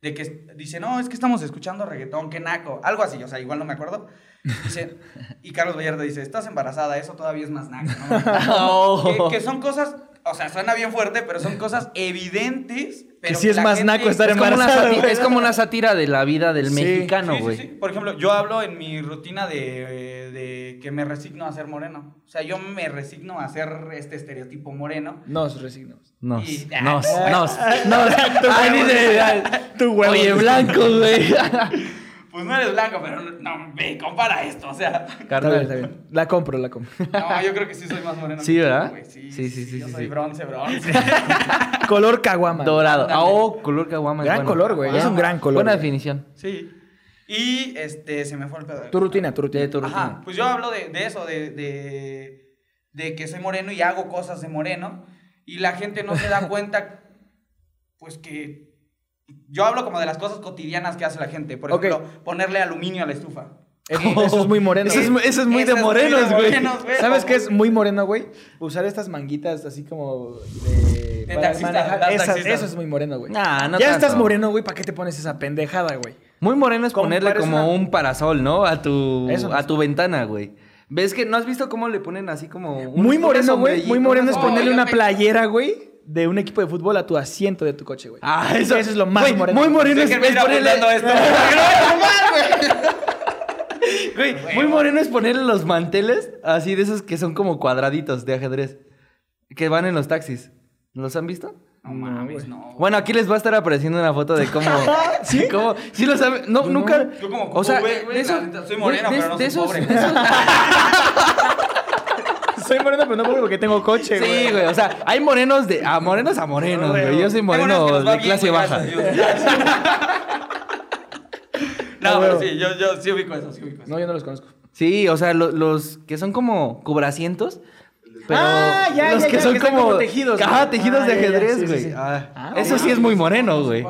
[SPEAKER 4] de que dice, no, es que estamos escuchando reggaetón, qué naco, algo así, o sea, igual no me acuerdo. Dice, y Carlos Vallarta dice, estás embarazada, eso todavía es más naco, ¿no?
[SPEAKER 1] Oh.
[SPEAKER 4] que, que son cosas, o sea, suena bien fuerte, pero son cosas evidentes. Pero
[SPEAKER 2] sí es
[SPEAKER 4] la
[SPEAKER 2] más naco estar
[SPEAKER 1] Es como, una
[SPEAKER 2] Embarazado,
[SPEAKER 1] sati-
[SPEAKER 2] güey.
[SPEAKER 1] es como una sátira de la vida del
[SPEAKER 2] Sí,
[SPEAKER 1] mexicano,
[SPEAKER 4] Sí, sí,
[SPEAKER 1] güey.
[SPEAKER 4] sí. Por ejemplo, yo hablo en mi rutina de, de que me resigno a ser moreno. O sea, yo me resigno a ser este estereotipo moreno.
[SPEAKER 2] Nos resignamos.
[SPEAKER 1] Nos,
[SPEAKER 4] Y- ah.
[SPEAKER 1] nos, nos,
[SPEAKER 4] [LAUGHS]
[SPEAKER 1] nos.
[SPEAKER 2] tu
[SPEAKER 1] Ay,
[SPEAKER 2] huevo.
[SPEAKER 1] dice,
[SPEAKER 2] Tu huevo.
[SPEAKER 1] Oye, blanco,
[SPEAKER 4] [LAUGHS]
[SPEAKER 1] güey.
[SPEAKER 4] Pues no eres blanco, pero no me compara esto, o sea. [LAUGHS]
[SPEAKER 2] Está bien,
[SPEAKER 1] Carnal.
[SPEAKER 2] está bien. La compro, la compro.
[SPEAKER 4] No, yo creo que sí soy más moreno.
[SPEAKER 1] Sí,
[SPEAKER 4] que tú,
[SPEAKER 1] ¿verdad?
[SPEAKER 4] güey. Sí,
[SPEAKER 1] Sí,
[SPEAKER 4] sí,
[SPEAKER 1] sí, sí,
[SPEAKER 4] Yo
[SPEAKER 1] sí,
[SPEAKER 4] soy
[SPEAKER 1] sí.
[SPEAKER 4] bronce, bronce.
[SPEAKER 2] color caguama.
[SPEAKER 1] Dorado.
[SPEAKER 4] Ándale.
[SPEAKER 1] Ah, oh, color caguama. es
[SPEAKER 2] Gran
[SPEAKER 1] bueno.
[SPEAKER 2] color, güey, es un gran color,
[SPEAKER 1] Buena
[SPEAKER 2] güey.
[SPEAKER 1] definición.
[SPEAKER 4] sí. Y este, se me fue el pedo.
[SPEAKER 2] Tu rutina, tu rutina.
[SPEAKER 1] De tu rutina.
[SPEAKER 4] Ajá, pues yo hablo de, de eso, de, de, de que soy moreno y hago cosas de moreno. Y la gente no se
[SPEAKER 1] [LAUGHS]
[SPEAKER 4] da cuenta, pues que. Yo hablo como de las cosas cotidianas que hace la gente. Por
[SPEAKER 2] Ok.
[SPEAKER 4] ejemplo, ponerle aluminio a la estufa.
[SPEAKER 2] Eso, eso es muy moreno.
[SPEAKER 1] Eso es muy- eso es muy de
[SPEAKER 4] Eso es muy de
[SPEAKER 1] morenos, güey.
[SPEAKER 4] morenos, güey.
[SPEAKER 2] ¿Sabes qué es
[SPEAKER 4] Como-
[SPEAKER 2] muy moreno, güey? Usar estas manguitas así como de...
[SPEAKER 4] De
[SPEAKER 2] para
[SPEAKER 4] taxista,
[SPEAKER 2] manejar.
[SPEAKER 4] las
[SPEAKER 2] Esas-
[SPEAKER 4] taxistas.
[SPEAKER 2] eso es muy moreno, güey.
[SPEAKER 1] Nah, no
[SPEAKER 2] ya
[SPEAKER 1] tanto.
[SPEAKER 2] estás moreno, güey, ¿para qué te pones esa pendejada, güey?
[SPEAKER 1] Muy moreno es
[SPEAKER 2] Como
[SPEAKER 1] ponerle
[SPEAKER 2] parece
[SPEAKER 1] como
[SPEAKER 2] una-
[SPEAKER 1] un parasol, ¿no? A tu,
[SPEAKER 2] Eso no
[SPEAKER 1] a
[SPEAKER 2] es-
[SPEAKER 1] tu ventana, güey. ¿Ves que no has visto cómo le ponen así como... un-
[SPEAKER 2] Muy
[SPEAKER 1] una
[SPEAKER 2] moreno, güey. Muy
[SPEAKER 1] sombrellita,
[SPEAKER 2] moreno
[SPEAKER 1] una
[SPEAKER 2] es
[SPEAKER 4] Oh, poner-
[SPEAKER 2] ponerle
[SPEAKER 4] yo
[SPEAKER 2] una
[SPEAKER 4] me-
[SPEAKER 2] playera, güey, de un equipo de fútbol a tu asiento de tu coche, güey.
[SPEAKER 1] Ah, eso,
[SPEAKER 2] Eso es lo más
[SPEAKER 1] güey,
[SPEAKER 2] moreno.
[SPEAKER 1] Muy moreno
[SPEAKER 4] Sé
[SPEAKER 1] es,
[SPEAKER 4] que me
[SPEAKER 1] es
[SPEAKER 4] irá
[SPEAKER 1] ponerle...
[SPEAKER 4] apuntando esto.
[SPEAKER 1] [LAUGHS]
[SPEAKER 4] porque no voy a fumar, güey.
[SPEAKER 1] Güey, muy
[SPEAKER 4] Huevo.
[SPEAKER 1] moreno es ponerle los manteles así de esos que son como cuadraditos de ajedrez. Que van en los taxis. ¿Los han visto?
[SPEAKER 4] No mames, no.
[SPEAKER 1] Bueno, aquí les va a estar apareciendo una foto de
[SPEAKER 2] [LAUGHS]
[SPEAKER 1] cómo.
[SPEAKER 2] ¿Ah,
[SPEAKER 1] ¿Sí? Cómo, sí, lo saben. No, nunca.
[SPEAKER 4] Yo como Goku, güey, güey, la neta, soy moreno,
[SPEAKER 1] de-
[SPEAKER 4] pero no
[SPEAKER 1] de
[SPEAKER 4] soy
[SPEAKER 1] esos- [LAUGHS]
[SPEAKER 4] pobre.
[SPEAKER 1] de esos-
[SPEAKER 2] Soy moreno, pero no pobre porque tengo coche, güey.
[SPEAKER 1] sí, güey. O sea, hay morenos de. A morenos a morenos,
[SPEAKER 2] Güey,
[SPEAKER 1] güey. Yo soy
[SPEAKER 4] Tengo unos que
[SPEAKER 1] moreno
[SPEAKER 4] nos va
[SPEAKER 1] de
[SPEAKER 4] bien,
[SPEAKER 1] clase
[SPEAKER 4] güey,
[SPEAKER 1] baja. [LAUGHS]
[SPEAKER 4] gracias a Dios.
[SPEAKER 2] Ah,
[SPEAKER 4] No,
[SPEAKER 2] huevo.
[SPEAKER 4] pero sí, yo, yo sí ubico eso, sí ubico eso.
[SPEAKER 2] No, yo no los conozco.
[SPEAKER 1] Sí, o sea, lo- los que son como cubracientos. Pero
[SPEAKER 2] Ah, ya,
[SPEAKER 1] los
[SPEAKER 2] ya,
[SPEAKER 1] que
[SPEAKER 2] ya,
[SPEAKER 1] son
[SPEAKER 2] que están
[SPEAKER 1] como,
[SPEAKER 2] como tejidos, güey.
[SPEAKER 1] Ajá, tejidos
[SPEAKER 2] Ah,
[SPEAKER 1] de
[SPEAKER 2] ya, ya, sí,
[SPEAKER 1] ajedrez,
[SPEAKER 2] sí,
[SPEAKER 1] güey.
[SPEAKER 2] sí.
[SPEAKER 1] Ah,
[SPEAKER 2] Ah,
[SPEAKER 1] eso sí es muy moreno, güey.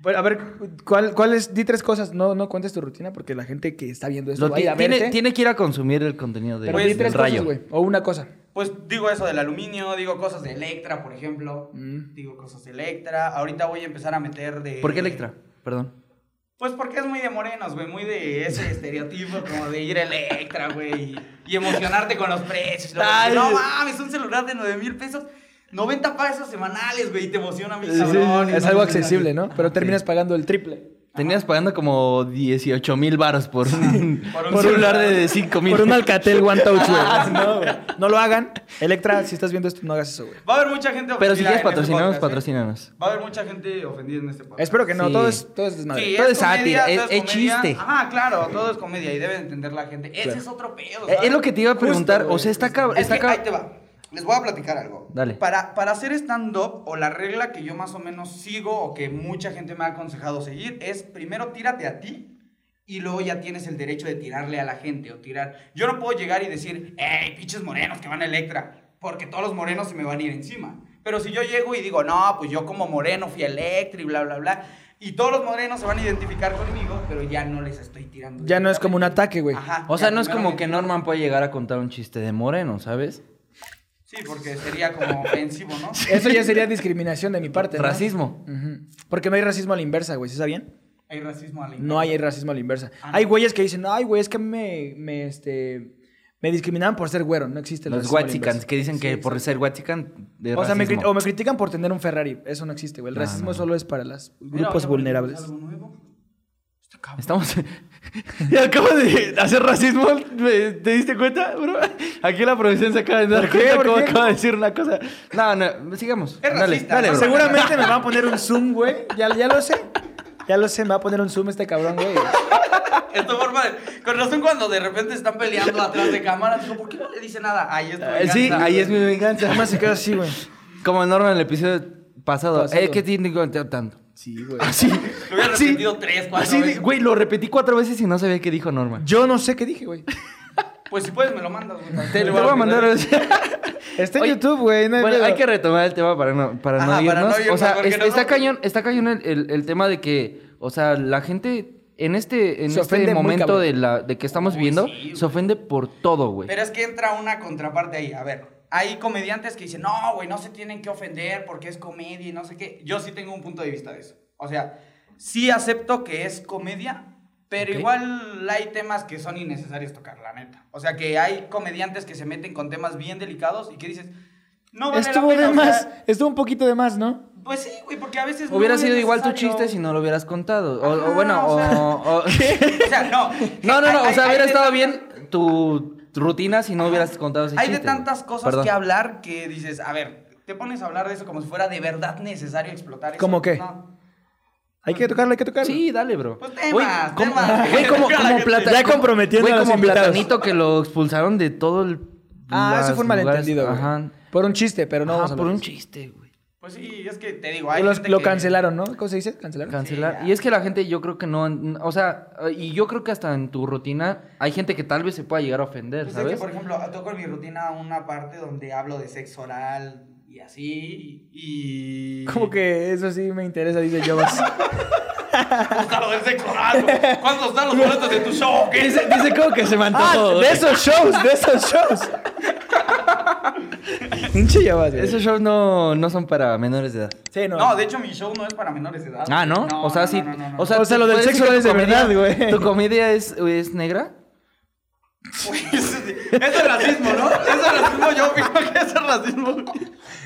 [SPEAKER 2] Bueno, a ver, ¿cuál, cuál es? Di tres cosas. No, no cuentes tu rutina porque la gente que está viendo esto
[SPEAKER 1] Lo
[SPEAKER 2] va Pues
[SPEAKER 1] ti-
[SPEAKER 2] a ir a
[SPEAKER 1] tiene,
[SPEAKER 2] verte.
[SPEAKER 1] tiene que ir a consumir el contenido de
[SPEAKER 2] pero
[SPEAKER 1] del
[SPEAKER 2] di tres
[SPEAKER 1] rayo.
[SPEAKER 2] cosas, güey. O una cosa.
[SPEAKER 4] pues digo eso del aluminio, digo cosas de Electra, por ejemplo.
[SPEAKER 2] Mm.
[SPEAKER 4] Digo cosas de Electra. Ahorita voy a empezar a meter de.
[SPEAKER 1] ¿Por qué Electra? Perdón.
[SPEAKER 2] Ah.
[SPEAKER 4] Pues porque es muy de morenos, güey, muy de ese estereotipo como de ir a Electra, güey, y, y emocionarte con los precios. luego,
[SPEAKER 1] Ay.
[SPEAKER 4] no mames, un celular de 9 mil pesos, 90 pesos semanales, güey, y te emociona mi
[SPEAKER 2] Sí, sí,
[SPEAKER 4] cabrón.
[SPEAKER 2] sí, Ah,
[SPEAKER 4] y
[SPEAKER 2] es
[SPEAKER 4] no
[SPEAKER 2] algo
[SPEAKER 4] sé,
[SPEAKER 2] accesible,
[SPEAKER 4] así.
[SPEAKER 2] ¿no? Pero terminas pagando el triple.
[SPEAKER 1] Tenías pagando como 18 mil baros por un,
[SPEAKER 4] Por un
[SPEAKER 1] por un celular
[SPEAKER 4] celular.
[SPEAKER 1] de 5 mil.
[SPEAKER 2] Por un Alcatel One [LAUGHS] Touch, güey. Ah, no, güey. No lo hagan. Electra, si estás viendo esto, no hagas eso, güey.
[SPEAKER 4] Va a haber mucha gente
[SPEAKER 1] Pero si
[SPEAKER 4] ofendida
[SPEAKER 1] quieres
[SPEAKER 4] en este
[SPEAKER 1] patrocinarnos,
[SPEAKER 4] podcast, ¿eh?
[SPEAKER 1] patrocínanos.
[SPEAKER 4] Va a haber mucha gente ofendida en este podcast.
[SPEAKER 2] Espero que no.
[SPEAKER 1] Sí.
[SPEAKER 2] Todo es, todo es desmadre.
[SPEAKER 4] Sí,
[SPEAKER 1] todo es sátira,
[SPEAKER 4] comedia,
[SPEAKER 1] es- es
[SPEAKER 4] comedia.
[SPEAKER 1] chiste.
[SPEAKER 4] Ajá, claro, todo es comedia y debe entender la gente. Ese es otro pedo.
[SPEAKER 1] Eh,
[SPEAKER 4] ¿sabes?
[SPEAKER 1] Es lo que te iba a preguntar.
[SPEAKER 2] güey,
[SPEAKER 1] o sea, está cabrón.
[SPEAKER 4] Es
[SPEAKER 1] Está
[SPEAKER 4] que
[SPEAKER 1] cab-
[SPEAKER 4] ahí te va. Les voy a platicar algo.
[SPEAKER 1] Dale.
[SPEAKER 4] Para, para hacer stand-up, o la regla que yo más o menos sigo, o que mucha gente me ha aconsejado seguir, es primero tírate a ti, y luego ya tienes el derecho de tirarle a la gente, o tirar... Yo no puedo llegar y decir, ¡Ey, pinches morenos que van a Electra! Porque todos los morenos se me van a ir encima. Pero si yo llego y digo, no, pues yo como moreno fui a Electra y bla, bla, bla, y todos los morenos se van a identificar conmigo, pero ya no les estoy tirando.
[SPEAKER 2] Ya no es como un
[SPEAKER 4] directamente.
[SPEAKER 2] ataque, güey.
[SPEAKER 4] Ajá,
[SPEAKER 1] O sea,
[SPEAKER 4] ya
[SPEAKER 1] no es
[SPEAKER 4] primero
[SPEAKER 1] como
[SPEAKER 4] me
[SPEAKER 1] que Norman puede llegar a contar un chiste de moreno, ¿sabes?
[SPEAKER 4] Sí, porque sería como ofensivo, ¿no?
[SPEAKER 2] Eso ya sería discriminación de mi parte. ¿no?
[SPEAKER 1] Racismo.
[SPEAKER 2] Ujú. Porque no hay racismo a la inversa, güey. ¿Sí sabían?
[SPEAKER 4] Hay racismo al
[SPEAKER 2] No hay racismo a la inversa.
[SPEAKER 4] Ah,
[SPEAKER 2] Hay
[SPEAKER 4] no.
[SPEAKER 2] güeyes que dicen, ay, güey, es que a mí me, me, este, me discriminaban por ser güero. No existe el
[SPEAKER 1] Los
[SPEAKER 2] racismo a la
[SPEAKER 1] Huatzicans,
[SPEAKER 2] inversa.
[SPEAKER 1] que dicen que
[SPEAKER 2] Sí,
[SPEAKER 1] por
[SPEAKER 2] exacto.
[SPEAKER 1] ser Huatzican. de
[SPEAKER 2] O sea, me
[SPEAKER 1] racismo.
[SPEAKER 2] crit- o me critican por tener un Ferrari. Eso no existe, güey. El
[SPEAKER 1] No,
[SPEAKER 2] racismo
[SPEAKER 1] no, no.
[SPEAKER 2] solo es para los
[SPEAKER 4] Mira,
[SPEAKER 2] grupos
[SPEAKER 4] ahorita
[SPEAKER 2] vulnerables.
[SPEAKER 4] aprendimos algo nuevo. Este cabrón.
[SPEAKER 1] Estamos. [LAUGHS] Ya acabo de hacer racismo. ¿me- ¿Te diste cuenta, bro? Aquí la producción se acaba de dar
[SPEAKER 2] ¿Por qué?
[SPEAKER 1] cuenta
[SPEAKER 2] ¿Por
[SPEAKER 1] cómo
[SPEAKER 2] qué?
[SPEAKER 1] acaba de decir una cosa. No, no, sigamos.
[SPEAKER 4] Es
[SPEAKER 1] dale,
[SPEAKER 4] racista,
[SPEAKER 1] dale,
[SPEAKER 4] ¿no?
[SPEAKER 1] bro.
[SPEAKER 2] Seguramente me va a poner un zoom, güey. Ya, ya lo sé. Ya lo sé, me va a poner un zoom este cabrón, güey.
[SPEAKER 4] Esta forma de- Con razón cuando de repente están peleando atrás de cámaras, digo, ¿por qué no le dice nada? Ahí es tu
[SPEAKER 1] Eh, sí,
[SPEAKER 4] venganza.
[SPEAKER 1] ahí es mi venganza.
[SPEAKER 2] [LAUGHS] Además se queda así, güey.
[SPEAKER 1] Como Norma en el episodio pasado.
[SPEAKER 2] Pasado.
[SPEAKER 1] Eh, ¿qué tiene que contar tanto?
[SPEAKER 2] Sí, güey.
[SPEAKER 1] Así.
[SPEAKER 4] Lo hubiera
[SPEAKER 1] así,
[SPEAKER 4] repetido tres, cuatro
[SPEAKER 1] Ah, así de-
[SPEAKER 4] veces.
[SPEAKER 1] Güey, lo repetí cuatro veces y no sabía qué dijo Norma.
[SPEAKER 2] Yo no sé qué dije, güey.
[SPEAKER 4] Pues si puedes me lo mandas, güey.
[SPEAKER 1] [LAUGHS] Te lo voy a mandar.
[SPEAKER 2] Está en
[SPEAKER 1] Oye,
[SPEAKER 2] YouTube, güey. no
[SPEAKER 1] bueno,
[SPEAKER 2] pedo.
[SPEAKER 1] hay que retomar el tema para no, para no
[SPEAKER 4] Ajá,
[SPEAKER 1] irnos.
[SPEAKER 4] para no irnos,
[SPEAKER 1] o sea,
[SPEAKER 4] porque
[SPEAKER 1] es-
[SPEAKER 4] no-
[SPEAKER 1] está cañón, está cañón el, el- el tema de que, o sea, la gente en este, en
[SPEAKER 2] Se ofende
[SPEAKER 1] este
[SPEAKER 2] muy
[SPEAKER 1] momento
[SPEAKER 2] cabrón.
[SPEAKER 1] de, la, de que estamos
[SPEAKER 4] Uy,
[SPEAKER 1] viviendo,
[SPEAKER 4] sí, güey.
[SPEAKER 1] se ofende por todo, güey.
[SPEAKER 4] Pero es que entra una contraparte ahí. A ver, hay comediantes que dicen, no, güey, no se tienen que ofender porque es comedia y no sé qué. Yo sí tengo un punto de vista de eso. O sea, sí acepto que es comedia, pero
[SPEAKER 1] Ok.
[SPEAKER 4] igual hay temas que son innecesarios tocar, la neta. O sea, que hay comediantes que se meten con temas bien delicados y que dices, no vale
[SPEAKER 2] Estuvo de
[SPEAKER 4] la pena. o sea,
[SPEAKER 2] más. Estuvo un poquito de más, ¿no?
[SPEAKER 4] pues sí, güey, porque a veces.
[SPEAKER 1] Hubiera
[SPEAKER 4] no
[SPEAKER 1] sido
[SPEAKER 4] es
[SPEAKER 1] igual tu
[SPEAKER 4] necesario.
[SPEAKER 1] chiste si no lo hubieras contado. O, o
[SPEAKER 4] Ajá,
[SPEAKER 1] bueno,
[SPEAKER 4] o sea-
[SPEAKER 1] o- o-
[SPEAKER 4] [LAUGHS] O sea, no.
[SPEAKER 1] No, no, no. O
[SPEAKER 4] Hay-
[SPEAKER 1] sea,
[SPEAKER 4] hay
[SPEAKER 1] hubiera
[SPEAKER 4] de
[SPEAKER 1] estado
[SPEAKER 4] tantas-
[SPEAKER 1] bien tu rutina si no hubieras contado ese
[SPEAKER 4] Hay de
[SPEAKER 1] chiste, güey.
[SPEAKER 4] tantas cosas
[SPEAKER 1] Perdón.
[SPEAKER 4] que hablar que dices, a ver, te pones a hablar de eso como si fuera de verdad necesario explotar eso.
[SPEAKER 2] ¿Cómo qué?
[SPEAKER 4] No.
[SPEAKER 2] Hay que tocarlo, hay que tocarlo.
[SPEAKER 1] Sí, dale, bro.
[SPEAKER 4] Pues temas,
[SPEAKER 1] Güey, como-
[SPEAKER 4] temas.
[SPEAKER 1] güey, como,
[SPEAKER 4] Ya
[SPEAKER 1] como plata-
[SPEAKER 2] Ya
[SPEAKER 1] como-
[SPEAKER 2] comprometiendo
[SPEAKER 1] güey,
[SPEAKER 2] a los
[SPEAKER 1] como
[SPEAKER 2] invitados.
[SPEAKER 1] platanito que lo expulsaron de todo el.
[SPEAKER 2] Ah, eso
[SPEAKER 1] las
[SPEAKER 2] fue un
[SPEAKER 1] lugares-
[SPEAKER 2] malentendido, güey.
[SPEAKER 1] Ajá.
[SPEAKER 2] Por un chiste, pero no
[SPEAKER 1] Ajá,
[SPEAKER 2] vamos a
[SPEAKER 1] por
[SPEAKER 2] hablar
[SPEAKER 1] un
[SPEAKER 2] de eso.
[SPEAKER 1] chiste, güey.
[SPEAKER 4] Pues sí, es que te digo, hay
[SPEAKER 2] Los-
[SPEAKER 4] gente
[SPEAKER 2] lo
[SPEAKER 4] que-
[SPEAKER 2] cancelaron, ¿no? ¿Cómo se dice? ¿Cancelaron?
[SPEAKER 1] Cancelar.
[SPEAKER 4] ya.
[SPEAKER 1] y es que la gente, yo creo que no. n- O sea, eh, y yo creo que hasta en tu rutina hay gente que tal vez se pueda llegar a ofender,
[SPEAKER 4] Pues es que,
[SPEAKER 1] ¿sabes?
[SPEAKER 4] por ejemplo, toco en mi rutina una parte donde hablo de sexo oral y así, y...
[SPEAKER 2] Como
[SPEAKER 4] [LAUGHS]
[SPEAKER 2] que eso sí me interesa, dice [LAUGHS] Ah, Jobas.
[SPEAKER 4] ¿Cómo está lo del sexo oral? ¿Cuándo
[SPEAKER 1] [LAUGHS]
[SPEAKER 4] están los boletos de tu show? o qué?
[SPEAKER 1] Dice,
[SPEAKER 2] [LAUGHS]
[SPEAKER 1] dice como que se me
[SPEAKER 2] ah, de esos shows, de esos shows. [LAUGHS] Pinche Jobas, güey.
[SPEAKER 1] Esos shows no, no son para menores de edad.
[SPEAKER 2] Sí, no.
[SPEAKER 4] No, de hecho, mi show no es para menores de edad.
[SPEAKER 1] Ah, ¿no? o sea,
[SPEAKER 4] no,
[SPEAKER 1] sí.
[SPEAKER 4] no, no, no, [LAUGHS]
[SPEAKER 1] O sea,
[SPEAKER 2] O sea,
[SPEAKER 1] ¿te
[SPEAKER 2] lo del
[SPEAKER 1] puedes
[SPEAKER 2] sexo
[SPEAKER 1] decir
[SPEAKER 2] es
[SPEAKER 1] que
[SPEAKER 2] de
[SPEAKER 1] tu comedia-
[SPEAKER 2] verdad, güey.
[SPEAKER 1] ¿Tu comedia es, es negra?
[SPEAKER 4] Pues, eso es racismo, ¿no? Eso es racismo, yo opino que eso es racismo.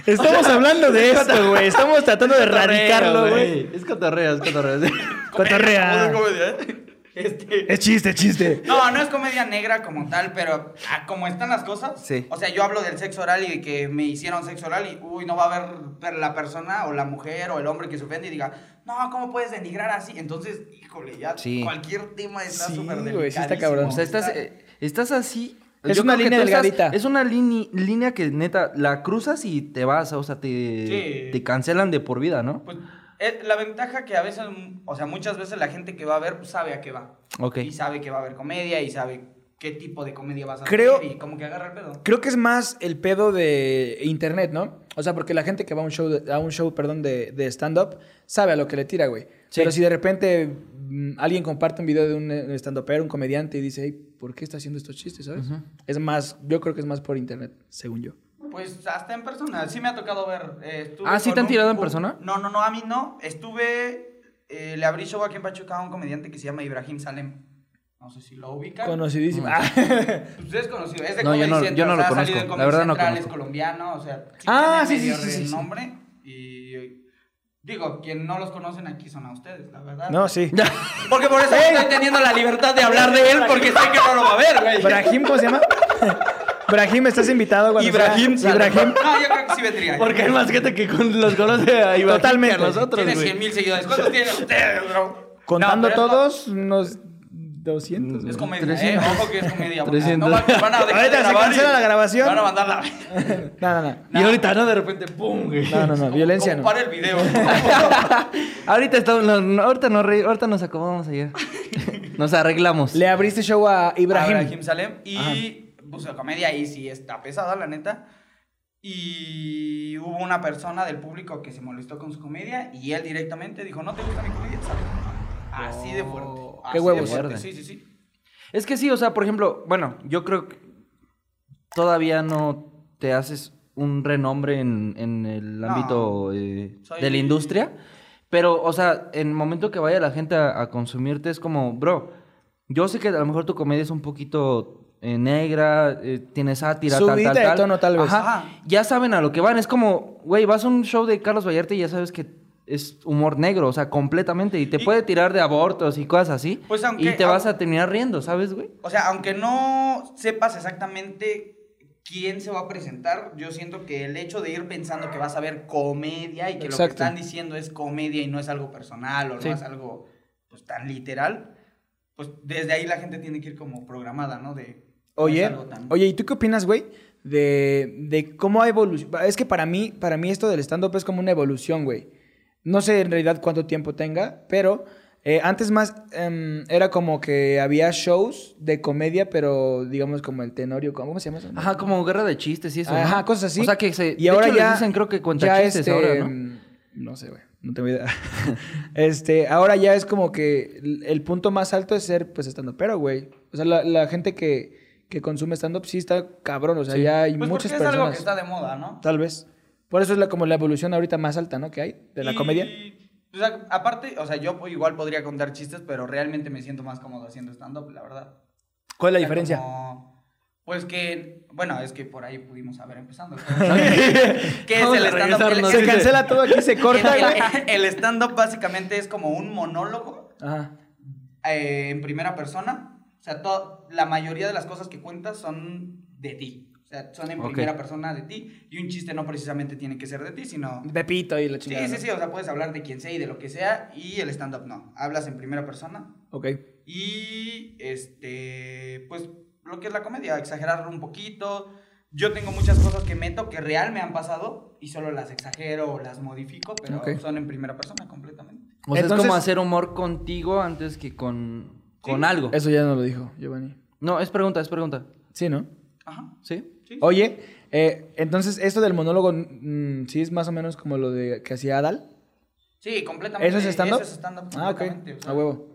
[SPEAKER 2] Estamos hablando
[SPEAKER 4] [LAUGHS]
[SPEAKER 2] de esto, güey. Estamos tratando de erradicarlo, güey.
[SPEAKER 1] Es cotorreo, es cotorreo. sí.
[SPEAKER 4] No,
[SPEAKER 2] Cotorrea.
[SPEAKER 4] no es comedia, ¿eh? Este...
[SPEAKER 2] Es chiste, es chiste.
[SPEAKER 4] No, no es comedia negra como tal, pero ah, como están las cosas.
[SPEAKER 1] Sí.
[SPEAKER 4] O sea, yo hablo del sexo oral y de que me hicieron sexo oral y, uy, no va a haber per- la persona o la mujer o el hombre que se ofende y diga, no, ¿cómo puedes denigrar así? Entonces, híjole, ya
[SPEAKER 1] Sí.
[SPEAKER 4] cualquier tema está
[SPEAKER 2] Sí,
[SPEAKER 4] súper
[SPEAKER 2] güey, sí está cabrón.
[SPEAKER 1] O sea, estás,
[SPEAKER 4] Está-
[SPEAKER 1] eh, estás así.
[SPEAKER 2] Es
[SPEAKER 1] Yo
[SPEAKER 2] una
[SPEAKER 1] creo que
[SPEAKER 2] línea
[SPEAKER 1] tú estás-
[SPEAKER 2] delgadita.
[SPEAKER 1] es una lini- línea que neta la cruzas y te vas, o sea, te,
[SPEAKER 4] Sí.
[SPEAKER 1] te cancelan de por vida, ¿no?
[SPEAKER 4] Pues, eh, la ventaja que a veces, mm, o sea, muchas veces la gente que va a ver sabe a qué va.
[SPEAKER 1] Ok.
[SPEAKER 4] Y sabe que va a haber comedia y sabe qué tipo de comedia vas a
[SPEAKER 2] Creo-
[SPEAKER 4] hacer y como que agarra el pedo.
[SPEAKER 2] Creo que es más el pedo de internet, ¿no? O sea, porque la gente que va a un show, de- a un show perdón, de, de stand-up sabe a lo que le tira, güey. Pero si de repente mm, alguien comparte un video de un eh, stand-upero, un comediante, y dice, "Ey, ¿por qué está haciendo estos chistes, sabes?
[SPEAKER 1] Ujú.
[SPEAKER 2] Es más, yo creo que es más por internet, según yo.
[SPEAKER 4] Pues hasta en persona. Sí me ha tocado ver. eh, estuve
[SPEAKER 1] Ah, ¿sí
[SPEAKER 4] con
[SPEAKER 1] te han
[SPEAKER 4] un-
[SPEAKER 1] tirado en
[SPEAKER 4] un-
[SPEAKER 1] persona?
[SPEAKER 4] No, no, no, a mí no. Estuve. eh, le abrí show aquí en Pachuca a un comediante que se llama Ibrahim Salem. No sé si lo ubican.
[SPEAKER 2] Conocidísimo.
[SPEAKER 1] Mm. [LAUGHS]
[SPEAKER 2] Ah,
[SPEAKER 4] Pues es conocido. Es de
[SPEAKER 1] No, yo
[SPEAKER 4] Comedy
[SPEAKER 1] no-
[SPEAKER 4] Central,
[SPEAKER 1] yo no
[SPEAKER 4] o sea,
[SPEAKER 1] lo
[SPEAKER 4] ha salido
[SPEAKER 1] conozco.
[SPEAKER 4] en
[SPEAKER 1] La
[SPEAKER 4] Comedy
[SPEAKER 1] verdad no
[SPEAKER 4] Central, es
[SPEAKER 1] conozco.
[SPEAKER 4] colombiano, o sea.
[SPEAKER 2] Ah,
[SPEAKER 4] tiene
[SPEAKER 2] sí,
[SPEAKER 4] medio
[SPEAKER 2] sí, sí, sí, sí.
[SPEAKER 4] renombre y. eh, Digo, quien no los conocen aquí son a ustedes, la verdad.
[SPEAKER 2] no, sí.
[SPEAKER 4] Porque por eso estoy teniendo la libertad de hablar de él, porque sé que no lo va a ver,
[SPEAKER 2] [LAUGHS]
[SPEAKER 4] güey.
[SPEAKER 2] Brahim, ¿cómo se llama? [LAUGHS] Brahim, estás invitado. cuando
[SPEAKER 4] Ibrahim
[SPEAKER 2] sea- Ibrahim.
[SPEAKER 4] No, yo creo que sí vendría.
[SPEAKER 1] Porque hay más gente que con los golos de ahí va
[SPEAKER 2] Totalmente.
[SPEAKER 1] a nosotros,
[SPEAKER 4] Tiene
[SPEAKER 1] güey.
[SPEAKER 4] 100 mil seguidores. ¿Cuántos tienen ustedes, bro?
[SPEAKER 2] Contando
[SPEAKER 4] No, pero
[SPEAKER 2] todos, unos 200.
[SPEAKER 4] Es
[SPEAKER 2] güey.
[SPEAKER 4] comedia,
[SPEAKER 1] 300.
[SPEAKER 4] eh. Ojo que es comedia. porque
[SPEAKER 1] 300.
[SPEAKER 4] No, van- van a dejar de
[SPEAKER 2] Ahorita se
[SPEAKER 4] grabar
[SPEAKER 2] cancela
[SPEAKER 4] y
[SPEAKER 2] la grabación.
[SPEAKER 4] Van a mandarla.
[SPEAKER 2] [LAUGHS] No, no, no.
[SPEAKER 1] Y ahorita, ¿no? De repente, ¡pum! güey.
[SPEAKER 2] No, no, no. Violencia
[SPEAKER 4] Como
[SPEAKER 2] no.
[SPEAKER 4] Para el video.
[SPEAKER 1] Ahorita, estamos, no, no, ahorita, nos re- ahorita nos acomodamos ayer. [LAUGHS] Nos arreglamos.
[SPEAKER 2] Le abriste show a Ibrahim.
[SPEAKER 4] Ibrahim Salem. Y pues la comedia ahí sí está pesada, la neta. Y hubo una persona del público que se molestó con su comedia y él directamente dijo, no te gusta mi comedia, Salem. Así de fuerte.
[SPEAKER 2] Qué
[SPEAKER 4] Así de
[SPEAKER 2] huevos.
[SPEAKER 4] fuerte,
[SPEAKER 1] Verde.
[SPEAKER 4] Sí, sí, sí.
[SPEAKER 1] Es que sí, o sea, por ejemplo, bueno, yo creo que todavía no te haces un renombre en, en el
[SPEAKER 4] No.
[SPEAKER 1] ámbito eh,
[SPEAKER 4] Soy-
[SPEAKER 1] de la industria, pero, o sea, en el momento que vaya la gente a, a consumirte es como, bro, yo sé que a lo mejor tu comedia es un poquito eh, negra, eh, tiene sátira,
[SPEAKER 2] Subidita
[SPEAKER 1] tal,
[SPEAKER 2] de
[SPEAKER 1] tal, tal.
[SPEAKER 2] tono, tal vez.
[SPEAKER 1] Ajá.
[SPEAKER 4] Ajá.
[SPEAKER 1] Ya saben a lo que van. Es como, güey, vas a un show de Carlos Vallarta y ya sabes que es humor negro, o sea, completamente, y te
[SPEAKER 4] Y-
[SPEAKER 1] puede tirar de abortos y cosas así,
[SPEAKER 4] Pues aunque-
[SPEAKER 1] y te vas
[SPEAKER 4] aun-
[SPEAKER 1] a terminar riendo, ¿sabes, güey?
[SPEAKER 4] O sea, aunque no sepas exactamente quién se va a presentar, yo siento que el hecho de ir pensando que vas a ver comedia y que lo
[SPEAKER 2] Exacto.
[SPEAKER 4] que están diciendo es comedia y no es algo personal o
[SPEAKER 1] Sí.
[SPEAKER 4] no es algo pues, tan literal, pues desde ahí la gente tiene que ir como programada, ¿no? De no es
[SPEAKER 2] Oye,
[SPEAKER 4] algo tan-
[SPEAKER 2] oye, ¿y tú qué opinas, güey? De, de cómo ha evolucionado. Es que para mí, para mí esto del stand-up es como una evolución, güey. No sé en realidad cuánto tiempo tenga, pero eh, antes más em, era como que había shows de comedia, pero digamos como el tenorio, ¿cómo se llama eso?
[SPEAKER 1] Ajá, como guerra de chistes y eso. ¿no?
[SPEAKER 2] Ajá, cosas así.
[SPEAKER 1] O sea que se.
[SPEAKER 2] Y ahora ya.
[SPEAKER 1] dicen, creo que cuenta
[SPEAKER 2] ya
[SPEAKER 1] chistes
[SPEAKER 2] este,
[SPEAKER 1] ahora,
[SPEAKER 2] [LAUGHS]
[SPEAKER 1] ¿no?
[SPEAKER 2] mm, No sé, güey. No tengo idea. [LAUGHS] este, ahora ya es como que el- el punto más alto es ser, pues, estando pero, güey. O sea, la, la gente que, que consume stand-up sí está cabrón. O sea, ya hay
[SPEAKER 4] Pues
[SPEAKER 2] muchas
[SPEAKER 4] porque es
[SPEAKER 2] personas.
[SPEAKER 4] algo que está de moda, ¿no?
[SPEAKER 2] Tal vez. Por eso es la, como la evolución ahorita más alta, ¿no? Que hay de la
[SPEAKER 4] Y,
[SPEAKER 2] comedia.
[SPEAKER 4] pues, a- aparte, o sea, yo pues, igual podría contar chistes, pero realmente me siento más cómodo haciendo stand-up, la verdad.
[SPEAKER 2] ¿Cuál es la
[SPEAKER 4] sea,
[SPEAKER 2] diferencia?
[SPEAKER 4] como, pues que, bueno, es que por ahí pudimos haber empezado. ¿Qué es
[SPEAKER 1] Vamos
[SPEAKER 4] el
[SPEAKER 1] a
[SPEAKER 4] stand-up? El-
[SPEAKER 1] regresarnos.
[SPEAKER 2] [LAUGHS] Se
[SPEAKER 4] el-
[SPEAKER 2] cancela todo aquí, se [LAUGHS] corta,
[SPEAKER 4] el-
[SPEAKER 2] güey.
[SPEAKER 4] el- El stand-up básicamente es como un monólogo
[SPEAKER 2] Ajá.
[SPEAKER 4] eh, en primera persona. O sea, to- la mayoría de las cosas que cuentas son de ti. O sea, son en
[SPEAKER 1] Ok.
[SPEAKER 4] primera persona de ti. Y un chiste no precisamente tiene que ser de ti, sino...
[SPEAKER 2] Pepito y la
[SPEAKER 4] Sí,
[SPEAKER 2] chingada.
[SPEAKER 4] sí,
[SPEAKER 2] ¿no?
[SPEAKER 4] sí. O sea, puedes hablar de quien sea y de lo que sea. Y el stand-up no. Hablas en primera persona.
[SPEAKER 2] Ok.
[SPEAKER 4] Y este, pues lo que es la comedia, exagerarlo un poquito. Yo tengo muchas cosas que meto que real me han pasado y solo las exagero o las modifico, pero
[SPEAKER 2] Ok.
[SPEAKER 4] son en primera persona completamente.
[SPEAKER 1] O sea, es
[SPEAKER 2] Entonces-
[SPEAKER 1] como hacer humor contigo antes que con, con
[SPEAKER 4] Sí.
[SPEAKER 1] algo.
[SPEAKER 2] Eso ya no lo dijo Giovanni.
[SPEAKER 1] No, es pregunta, es pregunta.
[SPEAKER 2] Sí, ¿no?
[SPEAKER 4] Ajá.
[SPEAKER 1] ¿Sí?
[SPEAKER 4] Sí.
[SPEAKER 2] Oye, eh, entonces esto del monólogo mm, sí es más o menos como lo de que hacía Adal.
[SPEAKER 4] Sí, completamente.
[SPEAKER 2] ¿Eso es stand-up?
[SPEAKER 4] Eso es stand-up
[SPEAKER 2] Ah, ok.
[SPEAKER 4] completamente, o sea,
[SPEAKER 2] A huevo.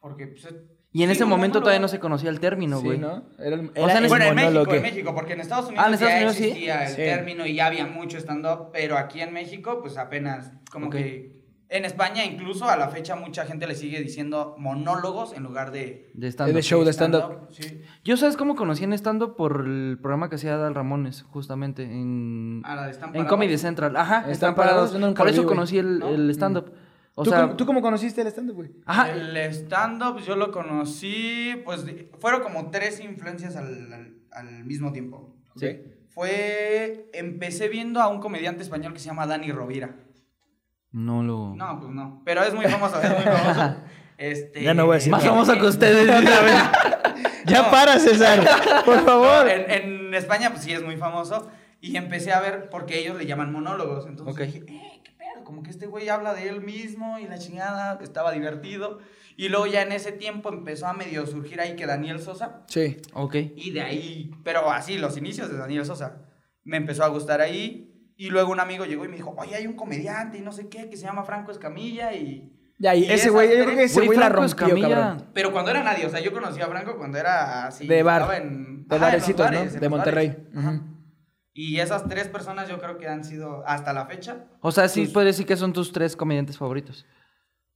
[SPEAKER 4] Porque, pues, es-
[SPEAKER 1] Y en
[SPEAKER 4] sí,
[SPEAKER 1] ese
[SPEAKER 4] un
[SPEAKER 1] momento
[SPEAKER 4] monólogo.
[SPEAKER 1] todavía no se conocía el término,
[SPEAKER 2] sí,
[SPEAKER 1] güey.
[SPEAKER 2] ¿no? Era el,
[SPEAKER 1] sea, en-
[SPEAKER 2] el
[SPEAKER 4] Bueno, en México,
[SPEAKER 2] monólogo.
[SPEAKER 4] en México, porque en Estados Unidos,
[SPEAKER 1] Ah, en Estados
[SPEAKER 4] ya
[SPEAKER 1] Unidos sí.
[SPEAKER 4] existía el
[SPEAKER 2] Sí.
[SPEAKER 4] término y ya había mucho stand-up, pero aquí en México, pues apenas, como
[SPEAKER 1] Ok.
[SPEAKER 4] que en España incluso a la fecha mucha gente le sigue diciendo monólogos en lugar de
[SPEAKER 1] De stand
[SPEAKER 2] De show. de
[SPEAKER 4] Sí.
[SPEAKER 1] Yo sabes cómo conocí en stand por el programa que hacía Adal Ramones, justamente, en,
[SPEAKER 4] Ah, la de Están
[SPEAKER 1] en
[SPEAKER 4] Parados.
[SPEAKER 1] Comedy Central. Ajá,
[SPEAKER 2] ¿Están
[SPEAKER 1] están,
[SPEAKER 2] Parados?
[SPEAKER 1] parados.
[SPEAKER 2] Yo nunca
[SPEAKER 1] Por
[SPEAKER 2] lo
[SPEAKER 1] eso
[SPEAKER 2] vi, güey. Mm.
[SPEAKER 1] conocí el,
[SPEAKER 4] ¿No?
[SPEAKER 1] el stand-up. O
[SPEAKER 2] ¿Tú,
[SPEAKER 1] sea,
[SPEAKER 2] cómo, tú cómo conociste el stand-up, güey?
[SPEAKER 1] ajá,
[SPEAKER 4] El stand-up pues, yo lo conocí, pues de- fueron como tres influencias al, al- al mismo tiempo.
[SPEAKER 1] Sí.
[SPEAKER 2] Ok.
[SPEAKER 4] Fue, empecé viendo a un comediante español que se llama Dani Rovira.
[SPEAKER 1] no lo...
[SPEAKER 4] No, pues no, pero es muy famoso, es muy
[SPEAKER 1] [LAUGHS]
[SPEAKER 4] famoso. Este,
[SPEAKER 2] Ya no voy a decir
[SPEAKER 1] Más
[SPEAKER 2] Sí,
[SPEAKER 1] famoso que [LAUGHS] ustedes.
[SPEAKER 2] Ya
[SPEAKER 4] No.
[SPEAKER 2] para,
[SPEAKER 4] [LAUGHS]
[SPEAKER 2] César. Por favor.
[SPEAKER 4] En, en España, pues sí, es muy famoso. Y empecé a ver, porque ellos le llaman monólogos. Entonces
[SPEAKER 1] Ok.
[SPEAKER 4] dije, eh, qué pedo, como que este güey habla de él mismo y la chingada, estaba divertido. Y luego ya en ese tiempo empezó a medio surgir ahí que Daniel Sosa.
[SPEAKER 2] Sí.
[SPEAKER 1] ok.
[SPEAKER 4] Y de ahí, pero así, los inicios de Daniel Sosa. Me empezó a gustar ahí. Y luego un amigo llegó y me dijo, oye, hay un comediante y no sé qué, que se llama Franco Escamilla y
[SPEAKER 2] Ya, y
[SPEAKER 4] Y
[SPEAKER 2] ese
[SPEAKER 4] Ah, esas
[SPEAKER 2] güey, yo
[SPEAKER 4] tres-
[SPEAKER 2] creo que ese
[SPEAKER 1] Güey,
[SPEAKER 2] güey la
[SPEAKER 1] Franco
[SPEAKER 2] rompió,
[SPEAKER 1] Escamilla.
[SPEAKER 2] cabrón.
[SPEAKER 4] Pero cuando era nadie, o sea, yo conocí a Franco cuando era así.
[SPEAKER 2] De bar,
[SPEAKER 4] estaba en-
[SPEAKER 2] de
[SPEAKER 4] Ajá, en los
[SPEAKER 2] barecitos,
[SPEAKER 4] bares, en
[SPEAKER 2] ¿no?
[SPEAKER 4] los
[SPEAKER 2] De Monterrey.
[SPEAKER 4] bares.
[SPEAKER 2] Ajá.
[SPEAKER 4] Y esas tres personas yo creo que han sido hasta la fecha.
[SPEAKER 1] O sea, sí puedes decir que son tus tres comediantes favoritos.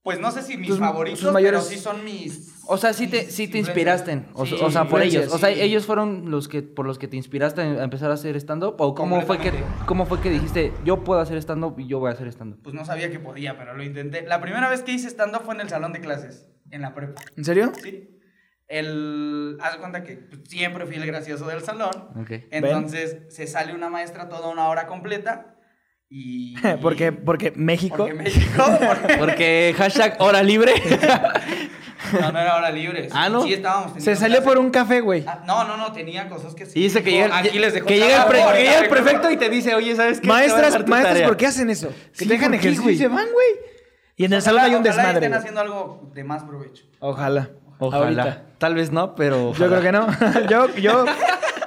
[SPEAKER 4] Pues no sé si mis
[SPEAKER 2] Tus-
[SPEAKER 4] favoritos,
[SPEAKER 2] sus mayores-
[SPEAKER 4] pero sí son mis.
[SPEAKER 1] O sea, sí te,
[SPEAKER 4] mis
[SPEAKER 1] sí te
[SPEAKER 4] influencias.
[SPEAKER 1] inspiraste. O,
[SPEAKER 4] Sí,
[SPEAKER 1] o sea, por
[SPEAKER 2] influencias,
[SPEAKER 1] ellos. O sea,
[SPEAKER 4] sí.
[SPEAKER 1] ellos fueron los que por los que te inspiraste a empezar a hacer stand-up. ¿O cómo fue, que,
[SPEAKER 4] Completamente.
[SPEAKER 1] cómo fue que dijiste, yo puedo hacer stand-up y yo voy a hacer stand-up?
[SPEAKER 4] Pues no sabía que podía, pero lo intenté. La primera vez que hice stand-up fue en el salón de clases, en la prepa.
[SPEAKER 2] ¿En
[SPEAKER 4] [LAUGHS]
[SPEAKER 2] serio?
[SPEAKER 4] Sí. El. Haz de cuenta que pues, siempre fui el gracioso del salón.
[SPEAKER 1] Ok.
[SPEAKER 4] Entonces se sale una maestra toda una hora completa.
[SPEAKER 1] [LAUGHS]
[SPEAKER 4] Y.
[SPEAKER 2] Porque, porque México.
[SPEAKER 4] Porque México. porque-
[SPEAKER 1] Porque hashtag hora [LAUGHS] libre.
[SPEAKER 4] No, no era hora libre.
[SPEAKER 1] Ah, ¿no?
[SPEAKER 4] Sí, estábamos Ah,
[SPEAKER 2] se salió por un café, güey.
[SPEAKER 4] no, no, no, tenía cosas que sí.
[SPEAKER 1] Y dice que
[SPEAKER 4] Dijo,
[SPEAKER 1] llega,
[SPEAKER 4] Aquí les dejo
[SPEAKER 1] que
[SPEAKER 4] el
[SPEAKER 1] llega el, pre- que
[SPEAKER 4] trabajo, ahorita
[SPEAKER 1] llega el
[SPEAKER 4] regreso.
[SPEAKER 1] prefecto y te dice, oye, ¿sabes qué? Te voy a dejar
[SPEAKER 2] Maestras,
[SPEAKER 1] tu
[SPEAKER 2] maestras,
[SPEAKER 1] tarea".
[SPEAKER 2] ¿por qué hacen eso? Que
[SPEAKER 1] Sí,
[SPEAKER 2] dejan
[SPEAKER 1] ¿por qué,
[SPEAKER 2] ejercicio
[SPEAKER 1] güey?
[SPEAKER 2] y se van, güey. Y en el salón hay un
[SPEAKER 4] Ojalá
[SPEAKER 2] desmadre.
[SPEAKER 4] estén
[SPEAKER 2] güey.
[SPEAKER 4] haciendo algo de más provecho.
[SPEAKER 2] Ojalá.
[SPEAKER 1] Ojalá.
[SPEAKER 2] Ahorita.
[SPEAKER 1] Tal vez no, pero.
[SPEAKER 2] Yo creo que no. [LAUGHS] yo, yo,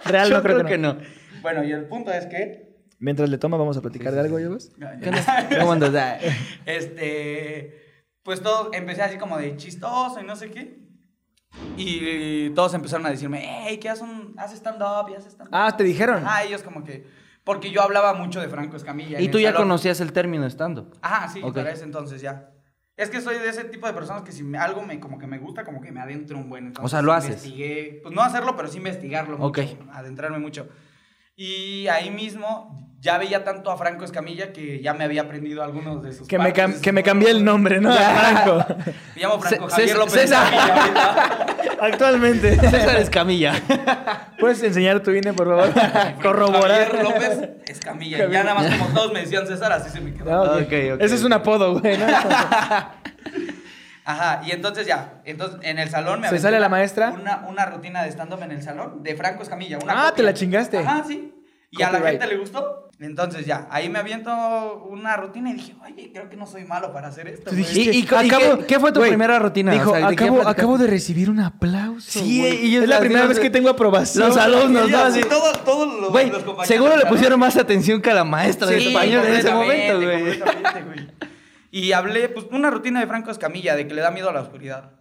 [SPEAKER 2] real
[SPEAKER 1] Yo
[SPEAKER 2] no creo, que, no.
[SPEAKER 1] [LAUGHS]
[SPEAKER 4] Bueno, y el punto es que.
[SPEAKER 2] Mientras le toma, vamos a platicar de algo, Yogos.
[SPEAKER 1] ¿Cómo andas?
[SPEAKER 4] Este. Pues todo, empecé así como de chistoso y no sé qué. Y todos empezaron a decirme, hey, ¿qué haces? un- Haz stand-up y haz stand-up.
[SPEAKER 2] Ah, te dijeron.
[SPEAKER 4] Ah, ellos como que. Porque yo hablaba mucho de Franco Escamilla.
[SPEAKER 1] Y
[SPEAKER 4] en
[SPEAKER 1] tú
[SPEAKER 4] el
[SPEAKER 1] ya
[SPEAKER 4] salón.
[SPEAKER 1] conocías el término stand-up.
[SPEAKER 4] Ajá, sí,
[SPEAKER 1] Ok.
[SPEAKER 4] para ese entonces ya. Es que soy de ese tipo de personas que si me- algo me como que me gusta, como que me adentro un buen. Entonces,
[SPEAKER 1] O sea, lo haces.
[SPEAKER 4] Investigué, pues no hacerlo, pero sí investigarlo
[SPEAKER 1] Ok.
[SPEAKER 4] mucho, adentrarme mucho. Y ahí mismo ya veía tanto a Franco Escamilla que ya me había aprendido algunos de sus
[SPEAKER 2] Que me, cam-
[SPEAKER 4] partes.
[SPEAKER 2] que me cambié el nombre, ¿no? A Franco.
[SPEAKER 4] Me llamo Franco
[SPEAKER 1] Ce-
[SPEAKER 4] Javier
[SPEAKER 1] César-
[SPEAKER 4] López
[SPEAKER 1] César.
[SPEAKER 4] Escamilla ahorita.
[SPEAKER 2] Actualmente.
[SPEAKER 1] César Escamilla.
[SPEAKER 2] ¿Puedes enseñar tu INE, por favor? Corroborar.
[SPEAKER 4] Javier López Escamilla.
[SPEAKER 2] Javier.
[SPEAKER 4] Ya nada más como todos me decían César, así se me quedó.
[SPEAKER 2] No, Ah,
[SPEAKER 1] Ok,
[SPEAKER 2] ok.
[SPEAKER 1] ok,
[SPEAKER 2] Ese es un
[SPEAKER 1] ok.
[SPEAKER 2] apodo, güey. ¿no?
[SPEAKER 4] Ajá, y entonces ya, entonces en el salón me
[SPEAKER 2] ¿Se
[SPEAKER 4] aventé
[SPEAKER 2] sale la
[SPEAKER 4] una-
[SPEAKER 2] maestra?
[SPEAKER 4] Una, una rutina de stand-up en el salón de Franco Escamilla. Una
[SPEAKER 2] Ah, te la chingaste.
[SPEAKER 4] Ajá, sí. Y a la
[SPEAKER 2] Copyright.
[SPEAKER 4] gente le gustó. Entonces ya, ahí me aviento una rutina y dije, oye, creo que no soy malo para hacer
[SPEAKER 2] Tú
[SPEAKER 4] esto. güey".
[SPEAKER 2] dijiste,
[SPEAKER 1] ¿Y- "Ah, y co- y
[SPEAKER 2] acabo-
[SPEAKER 1] qué- qué fue tu
[SPEAKER 2] güey,
[SPEAKER 1] primera rutina?
[SPEAKER 2] Dijo,
[SPEAKER 1] O sea, ¿de qué
[SPEAKER 2] acabo,
[SPEAKER 1] platicaste?
[SPEAKER 2] acabo de recibir un aplauso.
[SPEAKER 1] Sí,
[SPEAKER 2] güey.
[SPEAKER 1] y yo
[SPEAKER 2] es la
[SPEAKER 1] así,
[SPEAKER 2] primera
[SPEAKER 1] no
[SPEAKER 2] vez
[SPEAKER 1] sé.
[SPEAKER 2] que tengo aprobación.
[SPEAKER 1] Los alumnos,
[SPEAKER 4] Y
[SPEAKER 1] ¿no?
[SPEAKER 4] así
[SPEAKER 1] Así.
[SPEAKER 4] todo- todos
[SPEAKER 1] [LAUGHS]
[SPEAKER 4] los,
[SPEAKER 1] Güey,
[SPEAKER 4] los compañeros
[SPEAKER 1] seguro
[SPEAKER 4] del
[SPEAKER 1] le
[SPEAKER 4] salón.
[SPEAKER 1] pusieron más atención que a la maestra de
[SPEAKER 4] Sí,
[SPEAKER 1] español en ese
[SPEAKER 4] completamente,
[SPEAKER 1] momento, güey.
[SPEAKER 4] completamente, güey. Y hablé, pues, una rutina de Franco Escamilla de que le da miedo a la oscuridad.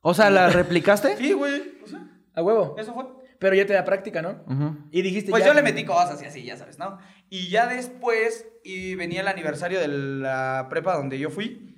[SPEAKER 1] O sea, ¿la replicaste?
[SPEAKER 4] Sí, güey. o sea,
[SPEAKER 2] A huevo.
[SPEAKER 4] eso fue.
[SPEAKER 2] Pero ya te da práctica, ¿no?
[SPEAKER 1] Ujú.
[SPEAKER 2] Y dijiste
[SPEAKER 4] Pues
[SPEAKER 2] Este, ya-
[SPEAKER 4] yo le metí cosas y así, ya sabes, ¿no? Y ya después, y venía el aniversario de la prepa donde yo fui,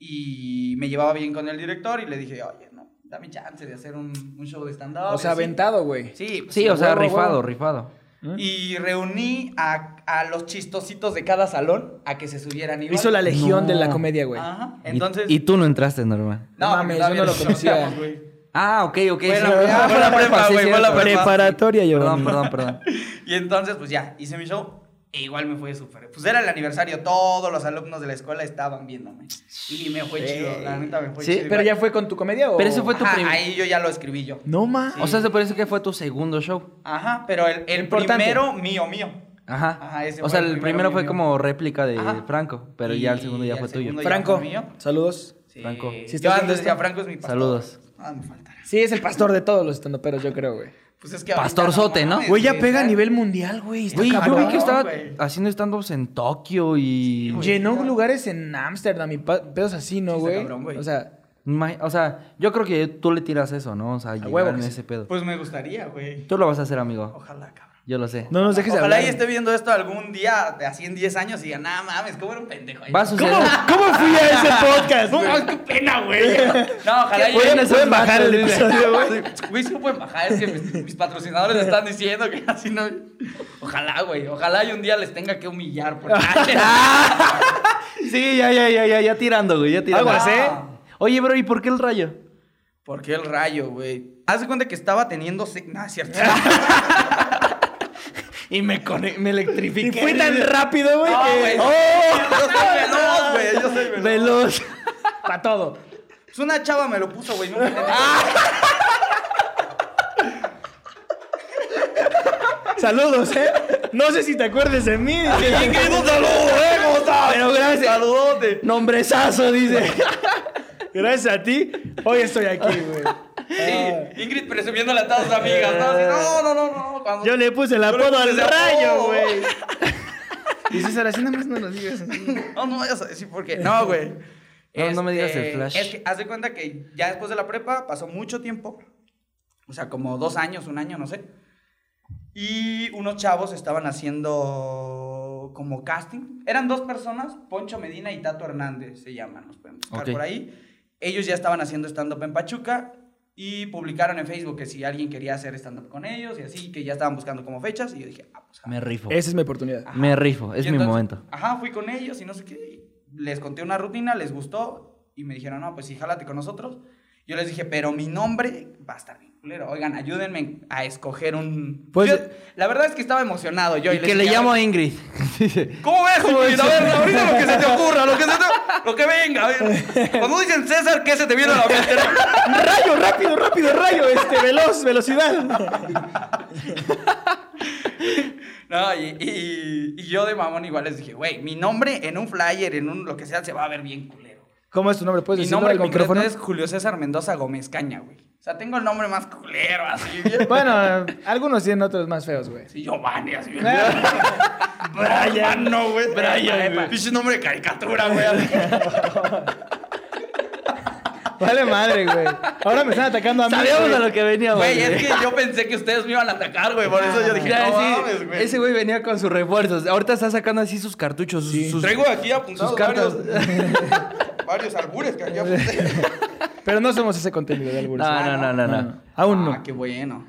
[SPEAKER 4] y me llevaba bien con el director, y le dije, oye, no, dame chance de hacer un, un show de stand-up.
[SPEAKER 2] O sea,
[SPEAKER 4] y así.
[SPEAKER 2] aventado, güey.
[SPEAKER 4] Sí, pues,
[SPEAKER 1] Sí, o sea,
[SPEAKER 2] Huevo,
[SPEAKER 1] rifado,
[SPEAKER 2] huevo.
[SPEAKER 1] rifado.
[SPEAKER 4] Y reuní a, a los chistositos de cada salón a que se subieran igual.
[SPEAKER 2] Hizo la legión
[SPEAKER 1] No.
[SPEAKER 2] de la comedia, güey.
[SPEAKER 4] Ajá,
[SPEAKER 1] Y-
[SPEAKER 4] entonces...
[SPEAKER 1] Y, tú no entraste, normal.
[SPEAKER 2] No
[SPEAKER 4] No, porque
[SPEAKER 2] mames,
[SPEAKER 4] todavía
[SPEAKER 2] yo no lo
[SPEAKER 4] nos
[SPEAKER 2] conocía.
[SPEAKER 4] chocamos, güey.
[SPEAKER 1] Ah, ok, ok.
[SPEAKER 4] Fue
[SPEAKER 1] sí,
[SPEAKER 4] la-
[SPEAKER 1] fue
[SPEAKER 4] ah, fue la prepa,
[SPEAKER 1] [LAUGHS] sí,
[SPEAKER 4] güey, fue la
[SPEAKER 1] cierto.
[SPEAKER 4] prepa.
[SPEAKER 2] Preparatoria, yo.
[SPEAKER 1] Perdón, perdón,
[SPEAKER 4] [LAUGHS]
[SPEAKER 1] perdón.
[SPEAKER 4] Y entonces, pues ya, hice mi show. E igual me fue súper. Pues era el aniversario, todos los alumnos de la escuela estaban viéndome. Y me fue chido, la neta me fue
[SPEAKER 1] Sí,
[SPEAKER 4] chido.
[SPEAKER 2] Pero ya fue con tu comedia o.
[SPEAKER 1] Pero ese fue tu
[SPEAKER 4] Ajá,
[SPEAKER 1] primer-
[SPEAKER 4] Ahí yo ya lo escribí yo.
[SPEAKER 2] No más.
[SPEAKER 1] O sea, se parece que fue tu segundo show.
[SPEAKER 4] Ajá, pero el, el
[SPEAKER 2] Importante.
[SPEAKER 4] primero mío, mío.
[SPEAKER 1] Ajá.
[SPEAKER 4] Ajá, ese
[SPEAKER 1] o
[SPEAKER 4] fue
[SPEAKER 1] sea,
[SPEAKER 4] el
[SPEAKER 1] el
[SPEAKER 4] primero
[SPEAKER 1] primero fue
[SPEAKER 4] mío.
[SPEAKER 1] como réplica de
[SPEAKER 4] Ajá.
[SPEAKER 1] Franco, pero ya el
[SPEAKER 4] Y
[SPEAKER 1] segundo ya
[SPEAKER 4] el
[SPEAKER 1] fue tuyo.
[SPEAKER 4] segundo ya-
[SPEAKER 2] Franco.
[SPEAKER 4] fue mío.
[SPEAKER 2] Saludos.
[SPEAKER 4] Sí.
[SPEAKER 1] Franco.
[SPEAKER 4] Si
[SPEAKER 2] Si
[SPEAKER 4] yo
[SPEAKER 2] estás viendo
[SPEAKER 4] antes decía,
[SPEAKER 2] esto-
[SPEAKER 4] Franco es mi pastor.
[SPEAKER 1] Saludos.
[SPEAKER 4] Ah, me faltará.
[SPEAKER 2] Sí, es el pastor de todos los estandoperos, yo creo, güey.
[SPEAKER 4] Pues es que
[SPEAKER 1] Pastorzote, ¿no?
[SPEAKER 2] Güey, ya pega a nivel mundial, güey. Está
[SPEAKER 1] Güey, yo
[SPEAKER 2] cabrón.
[SPEAKER 1] vi que estaba
[SPEAKER 4] güey.
[SPEAKER 1] haciendo stand-ups en Tokio y...
[SPEAKER 2] Llenó lugares en Ámsterdam y pa- pedos así, ¿no,
[SPEAKER 4] Sí, está
[SPEAKER 2] güey?
[SPEAKER 4] cabrón, güey.
[SPEAKER 2] O sea,
[SPEAKER 1] Ima- O sea, yo creo que tú le tiras eso, ¿no? O sea, llegar
[SPEAKER 2] huevo
[SPEAKER 1] en
[SPEAKER 2] que sí.
[SPEAKER 1] ese pedo.
[SPEAKER 4] Pues me gustaría, güey.
[SPEAKER 1] Tú lo vas a hacer, amigo.
[SPEAKER 4] Ojalá, cabrón.
[SPEAKER 1] Yo lo sé.
[SPEAKER 2] no nos dejes
[SPEAKER 4] Ojalá
[SPEAKER 2] hablar.
[SPEAKER 4] y esté viendo esto algún día, de así en 10 años, y diga, nada mames, cómo era un pendejo. ahí".
[SPEAKER 1] Va a suceder.
[SPEAKER 4] [LAUGHS]
[SPEAKER 2] ¿Cómo fui a ese podcast?
[SPEAKER 4] No, mames, qué pena,
[SPEAKER 2] [LAUGHS]
[SPEAKER 4] güey. No, ojalá y-
[SPEAKER 2] Pueden- pueden bajar el
[SPEAKER 4] Sí,
[SPEAKER 2] episodio, güey.
[SPEAKER 4] Güey, sí lo pueden bajar. Es que mis, mis patrocinadores están diciendo que así no. Ojalá, güey. Ojalá y un día les tenga que humillar. Porque...
[SPEAKER 1] Sí, ya, ya, ya, ya, ya tirando, güey, ya tirando.
[SPEAKER 2] Aguas, ¿eh?
[SPEAKER 4] Ah.
[SPEAKER 1] Oye, bro, ¿y por qué el rayo?
[SPEAKER 4] ¿Por qué el rayo, güey? Haz de cuenta que estaba teniendo. se- No, es cierto.
[SPEAKER 1] Y me, cone- me
[SPEAKER 2] Y
[SPEAKER 1] electrifiqué.
[SPEAKER 2] fue tan rápido, güey,
[SPEAKER 4] No,
[SPEAKER 2] que.
[SPEAKER 4] güey.
[SPEAKER 2] ¡Oh!
[SPEAKER 4] Yo soy veloz, güey.
[SPEAKER 2] [LAUGHS]
[SPEAKER 4] Yo soy veloz.
[SPEAKER 1] Veloz.
[SPEAKER 2] Para todo.
[SPEAKER 4] Pues una chava me lo puso, güey. nunca entendí.
[SPEAKER 2] Saludos, ¿eh? No sé si te acuerdes de mí.
[SPEAKER 4] [LAUGHS]
[SPEAKER 2] Dije,
[SPEAKER 1] Pero gracias.
[SPEAKER 4] Saludote.
[SPEAKER 1] Nombrezazo, dice.
[SPEAKER 2] Gracias a ti, hoy estoy aquí, güey. Ah.
[SPEAKER 4] Sí, Ingrid presumiéndole a todas sus amigas. No, Así, no, no, no. no, cuando-
[SPEAKER 2] Yo le puse el
[SPEAKER 4] Yo le
[SPEAKER 2] apodo
[SPEAKER 4] puse
[SPEAKER 2] al
[SPEAKER 4] ese
[SPEAKER 2] rayo,
[SPEAKER 4] apodo.
[SPEAKER 2] güey. Y César, así nada más no nos digas.
[SPEAKER 4] [LAUGHS] No, no vayas a decir por qué. No, güey.
[SPEAKER 1] [LAUGHS] No, no me digas el
[SPEAKER 4] Este,
[SPEAKER 1] flash.
[SPEAKER 4] Es que haz de cuenta que ya después de la prepa pasó mucho tiempo. O sea, como dos años, un año, no sé. Y unos chavos estaban haciendo como casting. Eran dos personas, Poncho Medina y Tato Hernández se llaman, nos pueden buscar
[SPEAKER 1] Ok.
[SPEAKER 4] por ahí. Ellos ya estaban haciendo stand-up en Pachuca y publicaron en Facebook que si alguien quería hacer stand-up con ellos y así, que ya estaban buscando como fechas. Y yo dije, ah, pues, ja.
[SPEAKER 1] Me rifo.
[SPEAKER 2] Esa es mi oportunidad.
[SPEAKER 4] Ajá.
[SPEAKER 1] Me rifo, es
[SPEAKER 4] Y
[SPEAKER 1] mi
[SPEAKER 4] entonces,
[SPEAKER 1] momento.
[SPEAKER 4] Ajá, fui con ellos y no sé qué. y Les conté una rutina, les gustó y me dijeron, no, pues sí, jálate con nosotros. Yo les dije, pero mi nombre va a estar bien culero. Oigan, ayúdenme a escoger un.
[SPEAKER 2] Pues-
[SPEAKER 4] Yo- la verdad es que estaba emocionado yo.
[SPEAKER 1] Y
[SPEAKER 4] les
[SPEAKER 1] que le
[SPEAKER 4] dije,
[SPEAKER 1] llamo
[SPEAKER 4] a
[SPEAKER 1] a
[SPEAKER 4] ver, [LAUGHS]
[SPEAKER 1] Ingrid. Dice,
[SPEAKER 4] ¿Cómo ves?
[SPEAKER 1] ¿Cómo
[SPEAKER 4] Ingrid?
[SPEAKER 1] ves?
[SPEAKER 4] A ver, ahorita lo que
[SPEAKER 1] [LAUGHS]
[SPEAKER 4] se te ocurra, lo que, se te- lo que venga. a ver. Cuando dicen César, ¿qué se te viene a la mente?
[SPEAKER 2] ¡Rayo, rápido, rápido, rayo! Este, veloz, velocidad.
[SPEAKER 4] No, y, y- y yo de mamón igual les dije, güey, mi nombre en un flyer, en un lo que sea, se va a ver bien culero.
[SPEAKER 2] ¿Cómo es tu nombre? ¿Puedes
[SPEAKER 4] Mi
[SPEAKER 2] decirlo
[SPEAKER 4] nombre
[SPEAKER 2] Pues al
[SPEAKER 4] completo
[SPEAKER 2] micrófono?
[SPEAKER 4] es Julio César Mendoza Gómez Caña, güey. O sea, tengo el nombre más culero, así bien.
[SPEAKER 2] [LAUGHS] Bueno, algunos tienen otros más feos, güey.
[SPEAKER 4] Sí, Giovanni, así bien.
[SPEAKER 2] Ah,
[SPEAKER 4] Brian, no, güey.
[SPEAKER 2] Brian,
[SPEAKER 4] Brian,
[SPEAKER 2] güey.
[SPEAKER 4] güey. Pinche nombre de caricatura,
[SPEAKER 2] [LAUGHS]
[SPEAKER 4] güey. así.
[SPEAKER 2] Vale madre, güey. Ahora me están atacando a mí.
[SPEAKER 1] Sabíamos
[SPEAKER 2] güey.
[SPEAKER 1] a lo que venía,
[SPEAKER 4] Güey, es que yo pensé que ustedes me iban a atacar, güey. Por eso yo
[SPEAKER 1] [LAUGHS]
[SPEAKER 4] dije,
[SPEAKER 1] Ya,
[SPEAKER 4] no
[SPEAKER 1] sí,
[SPEAKER 4] mames, güey.
[SPEAKER 1] ese güey venía con sus refuerzos. Ahorita está sacando así sus cartuchos. sus- sus-
[SPEAKER 4] Traigo aquí apuntados
[SPEAKER 1] sus cartas.
[SPEAKER 4] varios, [LAUGHS] varios
[SPEAKER 2] [LAUGHS]
[SPEAKER 4] albures que aquí apunté.
[SPEAKER 2] Pero no somos ese contenido de algunos.
[SPEAKER 1] No, no, no, no, no.
[SPEAKER 2] Aún no.
[SPEAKER 4] Ah, qué bueno.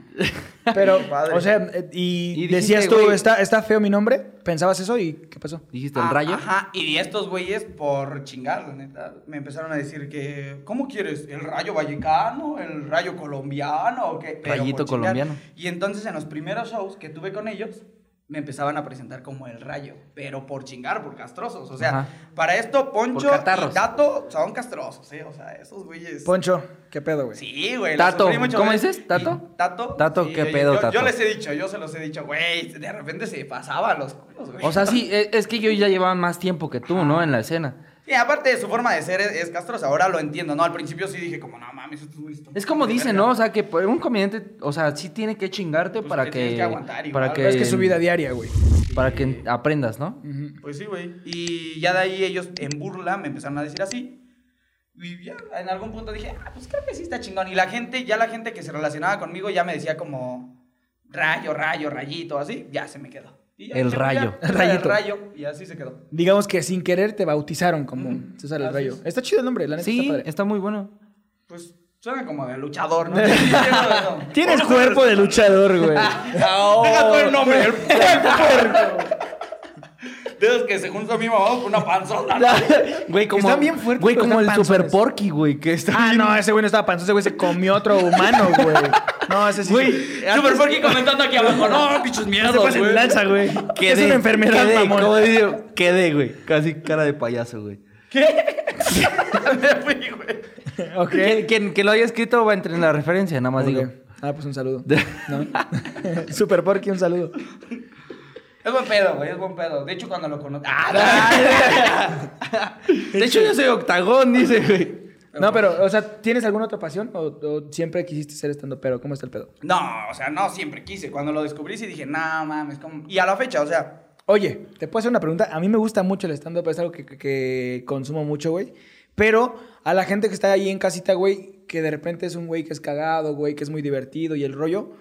[SPEAKER 2] Pero,
[SPEAKER 4] Qué padre.
[SPEAKER 2] o sea, eh, y,
[SPEAKER 1] Y
[SPEAKER 2] decías
[SPEAKER 1] dijiste,
[SPEAKER 2] tú,
[SPEAKER 1] güey-
[SPEAKER 2] ¿está, ¿está feo mi nombre? ¿Pensabas eso y qué pasó?
[SPEAKER 1] ¿Dijiste el
[SPEAKER 4] Ah,
[SPEAKER 1] rayo?
[SPEAKER 4] Ajá, y estos güeyes por chingar, la neta, me empezaron a decir que, ¿cómo quieres? ¿El rayo vallecano? ¿El rayo colombiano? ¿O qué? Pero
[SPEAKER 1] Rayito
[SPEAKER 4] por chingar.
[SPEAKER 1] colombiano.
[SPEAKER 4] Y entonces en los primeros shows que tuve con ellos, me empezaban a presentar como el rayo, pero por chingar, por castrosos. O sea,
[SPEAKER 1] Ajá.
[SPEAKER 4] para esto Poncho
[SPEAKER 1] Por
[SPEAKER 4] y
[SPEAKER 1] catarros.
[SPEAKER 4] Tato son castrosos, ¿eh? O sea, esos güeyes...
[SPEAKER 2] Poncho, ¿qué pedo, güey?
[SPEAKER 4] Sí, güey. la
[SPEAKER 1] Tato,
[SPEAKER 4] sufrí mucho,
[SPEAKER 1] ¿cómo
[SPEAKER 4] güey.
[SPEAKER 1] dices? ¿Tato?
[SPEAKER 4] Y- Tato.
[SPEAKER 1] Tato,
[SPEAKER 4] sí,
[SPEAKER 1] ¿qué
[SPEAKER 4] yo-
[SPEAKER 1] pedo,
[SPEAKER 4] yo-
[SPEAKER 1] Tato?
[SPEAKER 4] Yo les he dicho, yo se los he dicho, güey, de repente se pasaban los culos, güey.
[SPEAKER 1] O sea, sí, e- es que yo ya llevaba más tiempo que tú, ¿no? En la escena.
[SPEAKER 4] Sí, aparte de su forma de ser es, es castrosa, ahora lo entiendo, ¿no? Al principio sí dije como, no mames, esto es muy
[SPEAKER 1] Es como dicen, ¿no? O sea, que por- un comediante, o sea, sí tiene que chingarte
[SPEAKER 4] Pues
[SPEAKER 1] para
[SPEAKER 4] que
[SPEAKER 1] que.
[SPEAKER 4] tienes que aguantar igual.
[SPEAKER 1] para
[SPEAKER 4] Pero
[SPEAKER 1] que,
[SPEAKER 2] Es que es su vida diaria, güey.
[SPEAKER 1] Para que aprendas, ¿no?
[SPEAKER 4] Pues sí, güey. Y ya de ahí ellos en burla me empezaron a decir así. Y ya en algún punto dije, ah, pues creo que sí está chingón. Y la gente, ya la gente que se relacionaba conmigo ya me decía como, rayo, rayo, rayito, así, ya se me quedó. Y ya
[SPEAKER 1] El
[SPEAKER 4] dije, pues,
[SPEAKER 1] rayo.
[SPEAKER 4] ya, César El
[SPEAKER 2] Rayito.
[SPEAKER 4] rayo. Y así se quedó.
[SPEAKER 2] Digamos que sin querer te bautizaron como
[SPEAKER 4] Ujú.
[SPEAKER 2] César el
[SPEAKER 4] Así
[SPEAKER 2] Rayo.
[SPEAKER 4] es.
[SPEAKER 2] Está chido el nombre, la neta
[SPEAKER 1] Sí,
[SPEAKER 2] está padre.
[SPEAKER 1] está muy bueno.
[SPEAKER 4] Pues suena como de luchador,
[SPEAKER 1] [LAUGHS]
[SPEAKER 4] ¿no? Deja
[SPEAKER 2] Tienes cuerpo de luchador,
[SPEAKER 4] [LAUGHS]
[SPEAKER 2] güey.
[SPEAKER 4] todo el
[SPEAKER 2] [LAUGHS]
[SPEAKER 4] nombre, el De esos que según son mi mamá con una panzona.
[SPEAKER 1] Güey, como.
[SPEAKER 2] Están bien fuertes,
[SPEAKER 1] Güey,
[SPEAKER 2] pero
[SPEAKER 1] como el
[SPEAKER 2] están
[SPEAKER 1] Super
[SPEAKER 2] panzones.
[SPEAKER 1] Porky, güey, que está.
[SPEAKER 2] Ah, no, ese güey no estaba panzón, ese güey se comió otro humano, güey. No, ese sí. Ah,
[SPEAKER 1] Güey,
[SPEAKER 4] Super Porky comentando aquí abajo,
[SPEAKER 2] [LAUGHS]
[SPEAKER 4] no, bichos
[SPEAKER 2] no se
[SPEAKER 4] mierdos,
[SPEAKER 2] pasen de
[SPEAKER 4] güey. [LAUGHS]
[SPEAKER 2] lanza, güey.
[SPEAKER 1] Quedé,
[SPEAKER 2] Es una enfermedad,
[SPEAKER 1] quedé,
[SPEAKER 2] mamón.
[SPEAKER 1] ¿cómo digo? Quedé, güey. Casi cara de payaso, güey.
[SPEAKER 4] Me fui, güey.
[SPEAKER 2] Ok.
[SPEAKER 1] Quien, quien- quien lo haya escrito va a entrar en la referencia, nada más
[SPEAKER 2] Ok.
[SPEAKER 1] digo.
[SPEAKER 2] Ah, pues un saludo. ¿No? [LAUGHS] Super Porky, un saludo.
[SPEAKER 4] Es buen pedo, güey, es buen pedo. De hecho, cuando lo Ah, conocí...
[SPEAKER 1] [LAUGHS]
[SPEAKER 2] [LAUGHS]
[SPEAKER 1] De hecho, yo soy octagón, dice, güey.
[SPEAKER 2] No, pero, o sea, ¿tienes alguna otra pasión? ¿O, o siempre quisiste ser estando pero? ¿Cómo está el pedo?
[SPEAKER 4] No, o sea, no siempre quise. Cuando lo descubrí, sí dije, no mames, ¿cómo? Y a la fecha, o sea,
[SPEAKER 2] Oye, te puedo hacer una pregunta. A mí me gusta mucho el stand-up, es algo que, que- que consumo mucho, güey. Pero a la gente que está ahí en casita, güey, que de repente es un güey que es cagado, güey, que es muy divertido y el rollo.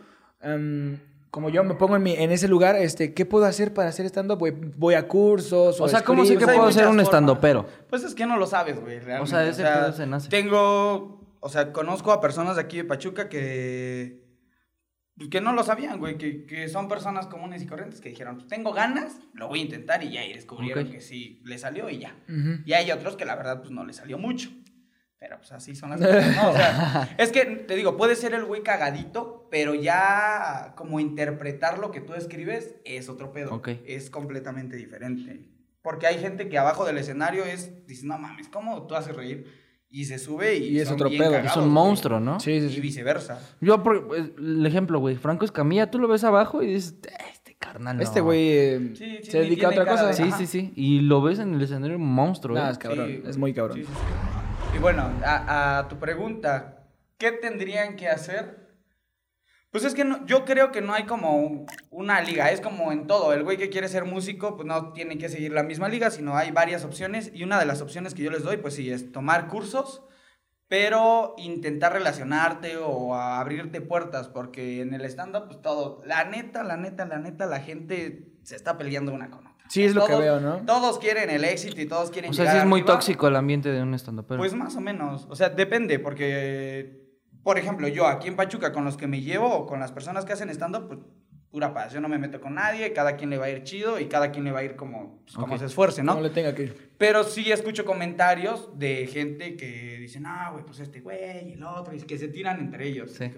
[SPEAKER 2] em, como yo me pongo en, mi- en ese lugar, este, ¿qué puedo hacer para hacer stand-up? güey? Voy a cursos.
[SPEAKER 1] O sea, ¿cómo sé
[SPEAKER 2] escribo?
[SPEAKER 1] que
[SPEAKER 4] hay
[SPEAKER 1] puedo
[SPEAKER 4] muchas
[SPEAKER 1] ser un
[SPEAKER 4] formas.
[SPEAKER 1] estandopero?
[SPEAKER 4] pues es que no lo sabes, güey, realmente.
[SPEAKER 1] O sea, ese pedo se nace.
[SPEAKER 4] Tengo, o sea, conozco a personas de aquí de Pachuca que... pues, Que no lo sabían, güey, que, que son personas comunes y corrientes que dijeron, pues tengo ganas, lo voy a intentar y ya, y descubrieron
[SPEAKER 1] Ok.
[SPEAKER 4] que sí, le salió y ya.
[SPEAKER 2] Ujú.
[SPEAKER 4] Y hay otros que la verdad pues no le salió mucho. Pero pues así son las cosas. ¿no? O sea, es que te digo, puede ser el güey cagadito, pero ya como interpretar lo que tú escribes es otro pedo.
[SPEAKER 1] Ok.
[SPEAKER 4] Es completamente diferente. Porque hay gente que abajo del escenario es, dice, no mames, ¿cómo tú haces reír? Y se sube y,
[SPEAKER 2] Y es
[SPEAKER 4] son
[SPEAKER 2] otro
[SPEAKER 4] bien
[SPEAKER 2] pedo.
[SPEAKER 1] Es
[SPEAKER 4] cagados,
[SPEAKER 1] un
[SPEAKER 4] güey.
[SPEAKER 1] monstruo, ¿no?
[SPEAKER 2] Sí, sí,
[SPEAKER 4] Y
[SPEAKER 2] sí.
[SPEAKER 4] viceversa.
[SPEAKER 1] Yo, por, eh, el ejemplo, güey, Franco Escamilla, tú lo ves abajo y dices, este carnal. no".
[SPEAKER 2] Este güey em,
[SPEAKER 4] Sí, sí,
[SPEAKER 2] se
[SPEAKER 4] ni
[SPEAKER 2] dedica a
[SPEAKER 4] tiene
[SPEAKER 2] otra cosa.
[SPEAKER 4] cara de-
[SPEAKER 1] Sí,
[SPEAKER 4] Ajá.
[SPEAKER 1] sí, sí. Y lo ves en el escenario un monstruo,
[SPEAKER 2] Nada,
[SPEAKER 1] güey.
[SPEAKER 2] es cabrón.
[SPEAKER 4] Sí,
[SPEAKER 2] es muy cabrón.
[SPEAKER 4] Sí, sí, sí. Y bueno, a, a tu pregunta, ¿qué tendrían que hacer Pues es que no- yo creo que no hay como un- una liga, es como en todo. El güey que quiere ser músico, pues no tiene que seguir la misma liga, sino hay varias opciones. Y una de las opciones que yo les doy, pues sí, es tomar cursos, pero intentar relacionarte o a abrirte puertas, porque en el stand-up, pues todo, la neta, la neta, la neta, la gente se está peleando una con otra.
[SPEAKER 2] Sí, es lo que
[SPEAKER 4] Todos-
[SPEAKER 2] veo, ¿no?
[SPEAKER 4] Todos quieren el éxito y todos quieren
[SPEAKER 1] O sea, sí
[SPEAKER 4] llegar
[SPEAKER 1] es muy
[SPEAKER 4] arriba.
[SPEAKER 1] tóxico el ambiente de un stand pero
[SPEAKER 4] Pues más o menos. O sea, depende, porque, por ejemplo, yo aquí en Pachuca, con los que me llevo o con las personas que hacen stand-up, pues pura paz. Yo no me meto con nadie, cada quien le va a ir chido y cada quien le va a ir como, pues, como
[SPEAKER 1] Ok.
[SPEAKER 4] se esfuerce, ¿no?
[SPEAKER 2] No le tenga que ir.
[SPEAKER 4] Pero sí escucho comentarios de gente que dicen, ah, güey, pues este güey y el otro, y que se tiran entre ellos.
[SPEAKER 1] Sí.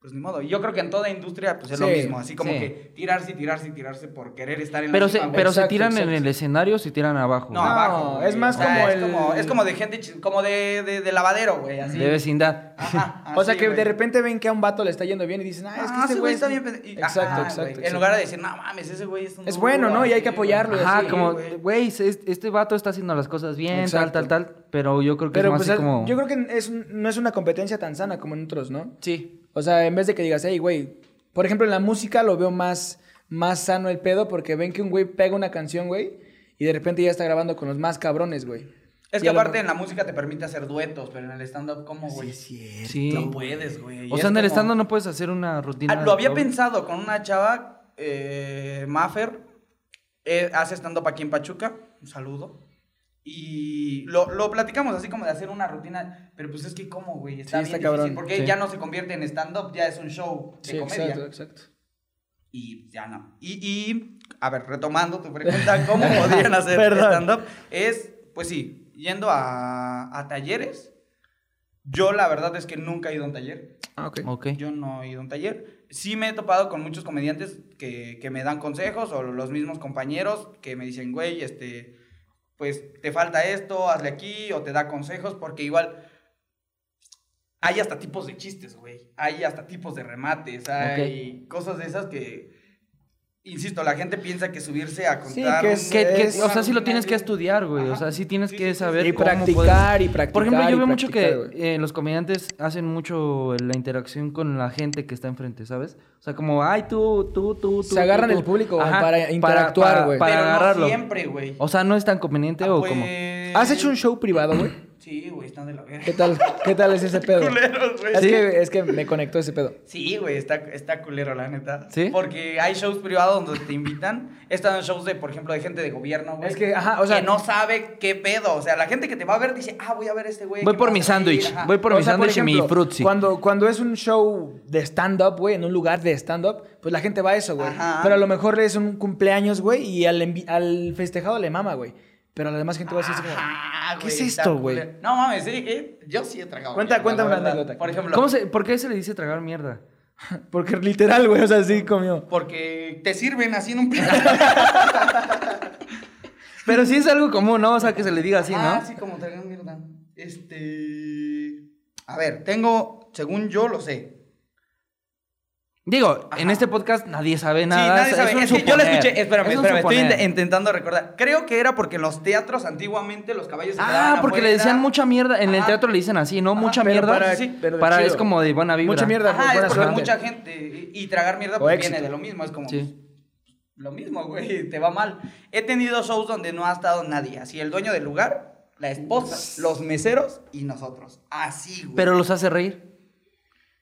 [SPEAKER 4] Pues ni modo. Y Yo creo que en toda industria pues es lo
[SPEAKER 2] Sí,
[SPEAKER 4] mismo, así como
[SPEAKER 1] sí.
[SPEAKER 4] que tirarse y tirarse y tirarse por querer estar en
[SPEAKER 1] Pero,
[SPEAKER 4] la
[SPEAKER 1] se,
[SPEAKER 4] misma
[SPEAKER 1] pero se
[SPEAKER 2] Exacto,
[SPEAKER 1] tiran en
[SPEAKER 2] exacto.
[SPEAKER 1] el escenario o se tiran abajo.
[SPEAKER 4] no,
[SPEAKER 1] güey?
[SPEAKER 4] abajo. güey.
[SPEAKER 2] es más
[SPEAKER 4] O sea,
[SPEAKER 2] como
[SPEAKER 4] es
[SPEAKER 2] el-
[SPEAKER 4] como es como de gente chi- como de, de, de lavadero, güey, así.
[SPEAKER 1] De vecindad.
[SPEAKER 4] Ajá,
[SPEAKER 2] [LAUGHS] o sea,
[SPEAKER 4] así,
[SPEAKER 2] que
[SPEAKER 4] Ah, güey.
[SPEAKER 2] de repente ven que a un vato le está yendo bien y dicen, ah,
[SPEAKER 4] Ah,
[SPEAKER 2] es que ese güey.
[SPEAKER 4] está bien.
[SPEAKER 2] es-
[SPEAKER 4] pende- y-
[SPEAKER 2] Exacto,
[SPEAKER 4] ajá,
[SPEAKER 2] exacto,
[SPEAKER 4] güey. En
[SPEAKER 2] exacto.
[SPEAKER 4] lugar de decir, no mames, ese güey es un
[SPEAKER 2] Es
[SPEAKER 4] duro",
[SPEAKER 2] bueno, ¿no? Y hay
[SPEAKER 4] así,
[SPEAKER 2] que
[SPEAKER 4] güey.
[SPEAKER 2] apoyarlo,
[SPEAKER 1] Ajá,
[SPEAKER 2] sí,
[SPEAKER 1] como,
[SPEAKER 4] güey.
[SPEAKER 1] güey, es- es- este vato está haciendo las cosas bien,
[SPEAKER 2] Exacto.
[SPEAKER 1] tal, tal, tal. Pero yo creo que
[SPEAKER 2] Pero
[SPEAKER 1] es más
[SPEAKER 2] pues
[SPEAKER 1] así como...
[SPEAKER 2] yo creo que es un- no es una competencia tan sana como en otros, ¿no?
[SPEAKER 1] Sí.
[SPEAKER 2] O sea, en vez de que digas, hey, güey, por ejemplo, en la música lo veo más, más sano el pedo porque ven que un güey pega una canción, güey, y de repente ya está grabando con los más cabrones, güey.
[SPEAKER 4] Es
[SPEAKER 2] Y
[SPEAKER 4] que
[SPEAKER 2] a lo
[SPEAKER 4] aparte
[SPEAKER 2] mejor-
[SPEAKER 4] en la música te permite hacer duetos, pero en el stand-up, ¿cómo, güey?
[SPEAKER 1] Sí.
[SPEAKER 4] No puedes, güey.
[SPEAKER 1] O
[SPEAKER 4] Es
[SPEAKER 1] sea, en el
[SPEAKER 4] como-
[SPEAKER 1] stand no puedes hacer una rutina.
[SPEAKER 4] Ah, lo había
[SPEAKER 1] de-
[SPEAKER 4] pensado con una chava, eh, Maffer, eh, hace stand-up aquí en Pachuca, un saludo. Y lo, lo platicamos así como de hacer una rutina, pero pues es que cómo, güey, está,
[SPEAKER 2] Sí,
[SPEAKER 4] bien
[SPEAKER 2] está
[SPEAKER 4] difícil,
[SPEAKER 2] cabrón,
[SPEAKER 4] porque
[SPEAKER 2] sí.
[SPEAKER 4] ya no se convierte en stand-up, ya es un show de
[SPEAKER 2] Sí,
[SPEAKER 4] comedia.
[SPEAKER 2] exacto, exacto.
[SPEAKER 4] Y ya no. Y, y, a ver, retomando tu pregunta,
[SPEAKER 2] [LAUGHS]
[SPEAKER 4] ¿cómo podrían hacer
[SPEAKER 2] Perdón.
[SPEAKER 4] stand-up? Es, pues sí, yendo a, a talleres. Yo la verdad es que nunca he ido a un taller.
[SPEAKER 2] Ah, ok.
[SPEAKER 1] Ok.
[SPEAKER 4] Yo no he ido a un taller. Sí me he topado con muchos comediantes que, que me dan consejos o los mismos compañeros que me dicen, güey, este, pues te falta esto, hazle aquí o te da consejos porque igual hay hasta tipos de chistes, güey. Hay hasta tipos de remates, hay cosas de esas que, insisto, la gente piensa que subirse a
[SPEAKER 2] Sí,
[SPEAKER 4] contar...
[SPEAKER 2] que
[SPEAKER 4] un-
[SPEAKER 2] es-
[SPEAKER 1] Que- que-
[SPEAKER 2] Es
[SPEAKER 1] o sea, sí lo tienes que estudiar, güey.
[SPEAKER 4] Ajá.
[SPEAKER 1] O sea, sí tienes
[SPEAKER 4] Sí, sí,
[SPEAKER 1] que
[SPEAKER 4] sí,
[SPEAKER 1] saber
[SPEAKER 2] Y
[SPEAKER 1] cómo puedes-
[SPEAKER 2] practicar, y practicar.
[SPEAKER 1] Por ejemplo,
[SPEAKER 2] y
[SPEAKER 1] yo veo mucho
[SPEAKER 2] practicar,
[SPEAKER 1] que
[SPEAKER 2] güey.
[SPEAKER 1] eh, los comediantes hacen mucho la interacción con la gente que está enfrente, ¿sabes? O sea, como, ay, tú, tú, tú, tú.
[SPEAKER 2] Se agarran
[SPEAKER 1] tú, tú".
[SPEAKER 2] el público
[SPEAKER 1] Ajá,
[SPEAKER 2] para interactuar,
[SPEAKER 1] para-
[SPEAKER 2] güey.
[SPEAKER 1] Para,
[SPEAKER 4] Pero no
[SPEAKER 1] agarrarlo.
[SPEAKER 4] siempre, güey.
[SPEAKER 1] O sea, no es tan conveniente
[SPEAKER 4] Ah,
[SPEAKER 1] o
[SPEAKER 4] pues-
[SPEAKER 1] como.
[SPEAKER 2] ¿Has hecho un show privado, güey?
[SPEAKER 4] Sí, güey, están de la verga.
[SPEAKER 2] ¿Qué tal, ¿Qué tal es ese [LAUGHS] pedo?
[SPEAKER 4] [LAUGHS] Culeros, güey.
[SPEAKER 2] Es, que, es que me conectó ese pedo.
[SPEAKER 4] Sí, güey, está, está culero, la neta.
[SPEAKER 1] ¿Sí?
[SPEAKER 4] Porque hay shows privados donde te invitan. He estado en shows de, por ejemplo, de gente de gobierno, güey.
[SPEAKER 2] Es que, ajá, o sea-
[SPEAKER 4] Que no sabe qué pedo. O sea, la gente que te va a ver dice, ah, voy a ver a este güey.
[SPEAKER 1] Voy
[SPEAKER 4] ¿qué
[SPEAKER 1] por
[SPEAKER 4] pasa
[SPEAKER 1] mi
[SPEAKER 4] ahí?
[SPEAKER 1] sándwich,
[SPEAKER 4] Ajá.
[SPEAKER 1] voy por mi
[SPEAKER 2] O sea,
[SPEAKER 1] sándwich y mi
[SPEAKER 2] ejemplo,
[SPEAKER 1] frutzi.
[SPEAKER 2] Cuando, cuando es un show de stand-up, güey, en un lugar de stand-up, pues la gente va a eso, güey.
[SPEAKER 4] Ajá.
[SPEAKER 2] Pero a lo mejor es un cumpleaños, güey, y al, envi- al festejado le mama, güey. Pero a la demás gente va a decir así como...
[SPEAKER 4] Ajá,
[SPEAKER 2] ¿Qué es
[SPEAKER 4] güey, está
[SPEAKER 2] esto, güey?
[SPEAKER 4] culero. No mames, sí, eh, yo sí he tragado.
[SPEAKER 2] Cuenta-
[SPEAKER 4] mierda,
[SPEAKER 2] cuenta
[SPEAKER 4] la
[SPEAKER 2] una
[SPEAKER 4] verdad.
[SPEAKER 2] anécdota.
[SPEAKER 4] Por ejemplo,
[SPEAKER 1] ¿Cómo se, ¿Por qué se le dice tragar mierda?
[SPEAKER 2] Porque literal, güey, o sea, sí comió.
[SPEAKER 4] porque te sirven así
[SPEAKER 2] [LAUGHS]
[SPEAKER 4] en un plato.
[SPEAKER 2] Ah,
[SPEAKER 1] Pero sí es algo común, ¿no? O sea, que se le diga así, ¿no?
[SPEAKER 4] Ah, sí, como tragan mierda. Este. A ver, tengo, según yo lo sé.
[SPEAKER 1] Digo, en
[SPEAKER 4] Ajá.
[SPEAKER 1] este podcast nadie sabe nada.
[SPEAKER 4] Sí, nadie
[SPEAKER 1] es-
[SPEAKER 4] sabe.
[SPEAKER 1] Es, un
[SPEAKER 4] Es que yo la
[SPEAKER 1] suponer,
[SPEAKER 4] escuché. Espérame,
[SPEAKER 1] es un
[SPEAKER 4] espérame. Estoy
[SPEAKER 1] suponer.
[SPEAKER 4] int- intentando recordar. Creo que era porque en los teatros antiguamente los caballos se
[SPEAKER 1] Ah,
[SPEAKER 4] quedaban
[SPEAKER 1] porque le
[SPEAKER 4] afuera.
[SPEAKER 1] decían mucha mierda. En el
[SPEAKER 4] Ajá.
[SPEAKER 1] teatro le dicen así, ¿no? mucha
[SPEAKER 2] pero
[SPEAKER 1] mierda.
[SPEAKER 2] para-
[SPEAKER 1] Para,
[SPEAKER 4] sí, sí,
[SPEAKER 2] pero chido.
[SPEAKER 1] es como de buena vibra.
[SPEAKER 2] Mucha mierda,
[SPEAKER 4] Ajá,
[SPEAKER 2] güey,
[SPEAKER 4] es
[SPEAKER 2] buena
[SPEAKER 4] porque
[SPEAKER 2] suerte.
[SPEAKER 4] mucha gente. Y, y tragar mierda
[SPEAKER 2] O
[SPEAKER 4] pues,
[SPEAKER 2] éxito.
[SPEAKER 4] viene de lo mismo. Es como. pues,
[SPEAKER 1] Sí.
[SPEAKER 4] Lo mismo, güey. [LAUGHS] Te va mal. He tenido shows donde no ha estado nadie. Así el dueño del lugar, la esposa, los meseros y nosotros. Así, güey.
[SPEAKER 1] Pero los hace reír.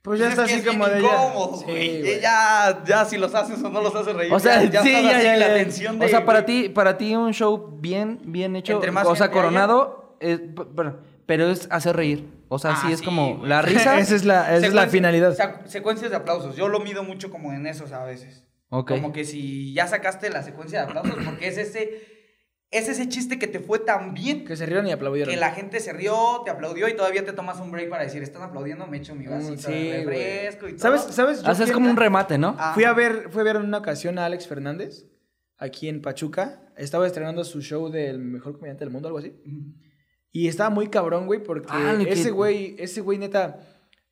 [SPEAKER 2] Pues
[SPEAKER 4] Pues
[SPEAKER 2] ya
[SPEAKER 4] es
[SPEAKER 2] está
[SPEAKER 4] que
[SPEAKER 2] así
[SPEAKER 4] es bien
[SPEAKER 2] como de... ya.
[SPEAKER 4] incómodo,
[SPEAKER 2] Sí,
[SPEAKER 4] güey.
[SPEAKER 2] güey.
[SPEAKER 4] ya, ya si los haces o no los haces reír.
[SPEAKER 1] O sea, sí,
[SPEAKER 4] estás
[SPEAKER 1] ya,
[SPEAKER 4] así,
[SPEAKER 1] ya,
[SPEAKER 4] la
[SPEAKER 1] ya.
[SPEAKER 4] tensión de,
[SPEAKER 1] O sea, para
[SPEAKER 4] güey,
[SPEAKER 1] ti, para ti un show bien, bien hecho,
[SPEAKER 4] Entre más
[SPEAKER 1] o sea,
[SPEAKER 4] gente haya.
[SPEAKER 1] coronado, es- p- p- pero es hacer reír. O sea,
[SPEAKER 4] Ah,
[SPEAKER 1] sí es
[SPEAKER 4] sí,
[SPEAKER 1] como
[SPEAKER 4] güey.
[SPEAKER 1] la
[SPEAKER 4] [LAUGHS]
[SPEAKER 1] risa.
[SPEAKER 2] Esa es la, esa es la
[SPEAKER 4] Secuen-
[SPEAKER 2] finalidad.
[SPEAKER 4] sac- secuencias de aplausos. Yo lo mido mucho como en esos a veces.
[SPEAKER 1] Ok.
[SPEAKER 4] Como que si ya sacaste la secuencia de aplausos, porque es ese, es ese chiste que te fue tan bien
[SPEAKER 2] Que se rieron y aplaudieron.
[SPEAKER 4] que la gente se rió, te aplaudió y todavía te tomas un break para decir, están aplaudiendo, me echo mi
[SPEAKER 2] Mm,
[SPEAKER 4] vasito
[SPEAKER 2] sí, güey.
[SPEAKER 4] de refresco y todo.
[SPEAKER 2] ¿Sabes? ¿Sabes? Yo
[SPEAKER 1] Haces
[SPEAKER 2] fui-
[SPEAKER 1] Ah, como un remate, ¿no?
[SPEAKER 4] Ah.
[SPEAKER 2] Fui a ver, fui a ver en una ocasión a Alex Fernández, aquí en Pachuca. Estaba estrenando su show del mejor comediante del mundo, algo así. Y estaba muy cabrón, güey, porque
[SPEAKER 1] Ah, lo que-
[SPEAKER 2] ese güey, ese güey neta,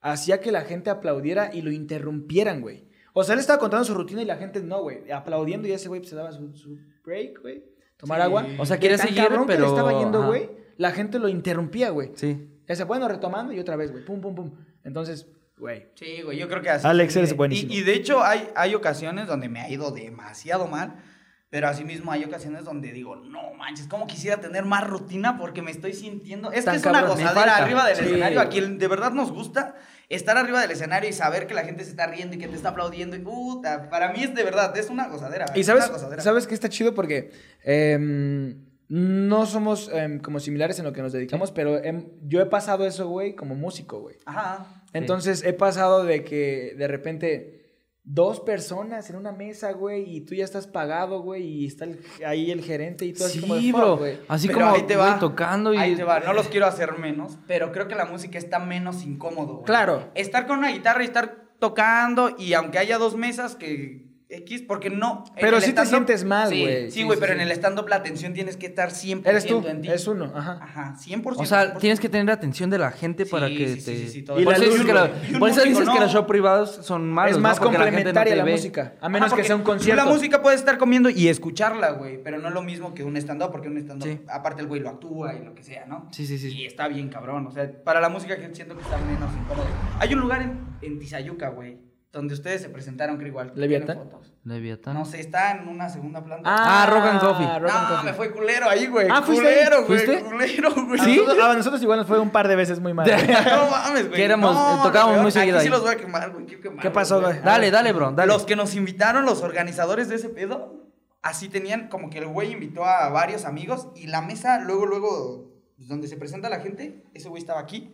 [SPEAKER 2] hacía que la gente aplaudiera y lo interrumpieran, güey. O sea, él estaba contando su rutina y la gente no, güey. Aplaudiendo y ese güey pues, se daba su, su break, güey. Tomar
[SPEAKER 4] Sí.
[SPEAKER 2] agua.
[SPEAKER 1] O sea,
[SPEAKER 2] De
[SPEAKER 1] quiere
[SPEAKER 2] tan
[SPEAKER 1] seguir,
[SPEAKER 2] cabrón que le
[SPEAKER 1] pero-
[SPEAKER 2] estaba yendo,
[SPEAKER 1] ajá.
[SPEAKER 2] güey. La gente lo interrumpía, güey.
[SPEAKER 1] Sí.
[SPEAKER 2] Ya sea, bueno, retomando y otra vez, güey. Pum, pum, pum. Entonces, Güey.
[SPEAKER 4] Sí, güey, yo creo que así.
[SPEAKER 2] Alex,
[SPEAKER 4] sí,
[SPEAKER 2] eres
[SPEAKER 4] de-
[SPEAKER 2] buenísimo.
[SPEAKER 4] Y, y de hecho, hay, hay ocasiones donde me ha ido demasiado mal, pero asimismo hay ocasiones donde digo, no manches, ¿cómo quisiera tener más rutina? Porque me estoy sintiendo. Es
[SPEAKER 2] Tan
[SPEAKER 4] que es una
[SPEAKER 2] cabrón, me
[SPEAKER 4] gozadera
[SPEAKER 2] falta.
[SPEAKER 4] arriba del
[SPEAKER 2] Sí.
[SPEAKER 4] escenario. A quien de verdad nos gusta estar arriba del escenario y saber que la gente se está riendo y que te está aplaudiendo. Y, puta, para mí es de verdad, es una gozadera.
[SPEAKER 2] Y
[SPEAKER 4] es
[SPEAKER 2] sabes,
[SPEAKER 4] Ah, una gozadera.
[SPEAKER 2] sabes que está chido porque em, no somos em, como similares en lo que nos dedicamos, pero em, yo he pasado eso, güey, como músico, güey.
[SPEAKER 4] Ajá.
[SPEAKER 2] Entonces he pasado de que de repente dos personas en una mesa, güey, y tú ya estás pagado, güey, y está el- ahí el gerente y todo así como de,
[SPEAKER 1] Sí,
[SPEAKER 2] "Fuck,
[SPEAKER 1] bro.
[SPEAKER 2] güey".
[SPEAKER 1] Así
[SPEAKER 4] Pero
[SPEAKER 1] como
[SPEAKER 4] ahí te va.
[SPEAKER 1] güey, tocando y.
[SPEAKER 4] Ahí
[SPEAKER 2] [LAUGHS]
[SPEAKER 4] te va, no los quiero hacer menos, pero creo que la música está menos incómodo. güey.
[SPEAKER 2] Claro.
[SPEAKER 4] Estar con una guitarra y estar tocando y aunque haya dos mesas que X, porque no. en
[SPEAKER 2] Pero
[SPEAKER 4] el
[SPEAKER 2] sí te
[SPEAKER 4] stand-up-
[SPEAKER 2] sientes mal,
[SPEAKER 4] Sí,
[SPEAKER 2] güey.
[SPEAKER 4] Sí,
[SPEAKER 2] Sí,
[SPEAKER 4] güey,
[SPEAKER 2] sí,
[SPEAKER 4] pero
[SPEAKER 2] sí.
[SPEAKER 4] en el stand-up la atención tienes que estar 100%
[SPEAKER 2] Eres tú,
[SPEAKER 4] en ti.
[SPEAKER 2] es uno, ajá.
[SPEAKER 4] Ajá, 100%.
[SPEAKER 1] O sea,
[SPEAKER 4] 100%.
[SPEAKER 1] tienes que tener la atención de la gente
[SPEAKER 4] Sí,
[SPEAKER 1] para
[SPEAKER 4] sí,
[SPEAKER 1] que
[SPEAKER 4] sí,
[SPEAKER 1] te.
[SPEAKER 4] sí, sí, todo.
[SPEAKER 1] por
[SPEAKER 2] Y la
[SPEAKER 1] eso dices
[SPEAKER 2] luz,
[SPEAKER 1] que, la-
[SPEAKER 4] güey. Y un
[SPEAKER 1] por eso
[SPEAKER 4] músico
[SPEAKER 1] dices que
[SPEAKER 4] no.
[SPEAKER 1] los shows privados son malos.
[SPEAKER 2] es más
[SPEAKER 1] ¿no? Porque la gente no
[SPEAKER 2] complementaria
[SPEAKER 1] te
[SPEAKER 2] la,
[SPEAKER 1] ve.
[SPEAKER 2] música, a
[SPEAKER 4] Ajá,
[SPEAKER 2] menos que
[SPEAKER 4] Ah, porque
[SPEAKER 2] sea un
[SPEAKER 4] tú
[SPEAKER 2] concierto.
[SPEAKER 4] La música puedes estar comiendo y escucharla, güey, pero no es lo mismo que un stand-up, porque un stand-up,
[SPEAKER 1] Sí.
[SPEAKER 4] aparte el güey lo actúa y lo que sea, ¿no?
[SPEAKER 1] Sí, sí, sí.
[SPEAKER 4] Y está bien cabrón, o sea, para la música que siento que está menos incómodo. Hay un lugar en, en Tizayuca, güey, donde ustedes se presentaron, creo igual. que
[SPEAKER 2] ¿Leviatán?
[SPEAKER 4] tienen fotos.
[SPEAKER 1] Leviatán.
[SPEAKER 4] No sé, está en una segunda planta.
[SPEAKER 1] Ah, Rock and Coffee.
[SPEAKER 2] Rock and
[SPEAKER 4] no,
[SPEAKER 2] Coffee.
[SPEAKER 4] me fue culero ahí, güey.
[SPEAKER 2] Ah, ¿fuiste
[SPEAKER 4] culero,
[SPEAKER 2] ahí?
[SPEAKER 4] güey.
[SPEAKER 1] ¿Fuiste?
[SPEAKER 4] Culero, güey.
[SPEAKER 2] A nosotros- A nosotros igual nos fue un par de veces muy mal.
[SPEAKER 4] [LAUGHS]
[SPEAKER 2] [LAUGHS]
[SPEAKER 4] No mames, güey.
[SPEAKER 1] Que éramos-
[SPEAKER 2] eh,
[SPEAKER 4] No, no,
[SPEAKER 1] tocábamos
[SPEAKER 4] peor.
[SPEAKER 1] muy seguido
[SPEAKER 4] Aquí sí
[SPEAKER 1] ahí.
[SPEAKER 4] los voy a quemar, güey. quiero quemarlos,
[SPEAKER 2] ¿Qué pasó, güey?
[SPEAKER 1] Dale, dale, bro. Dale.
[SPEAKER 4] los que nos invitaron, los organizadores de ese pedo, así tenían como que el güey invitó a varios amigos y la mesa, luego, luego, pues, donde se presenta la gente, ese güey estaba aquí.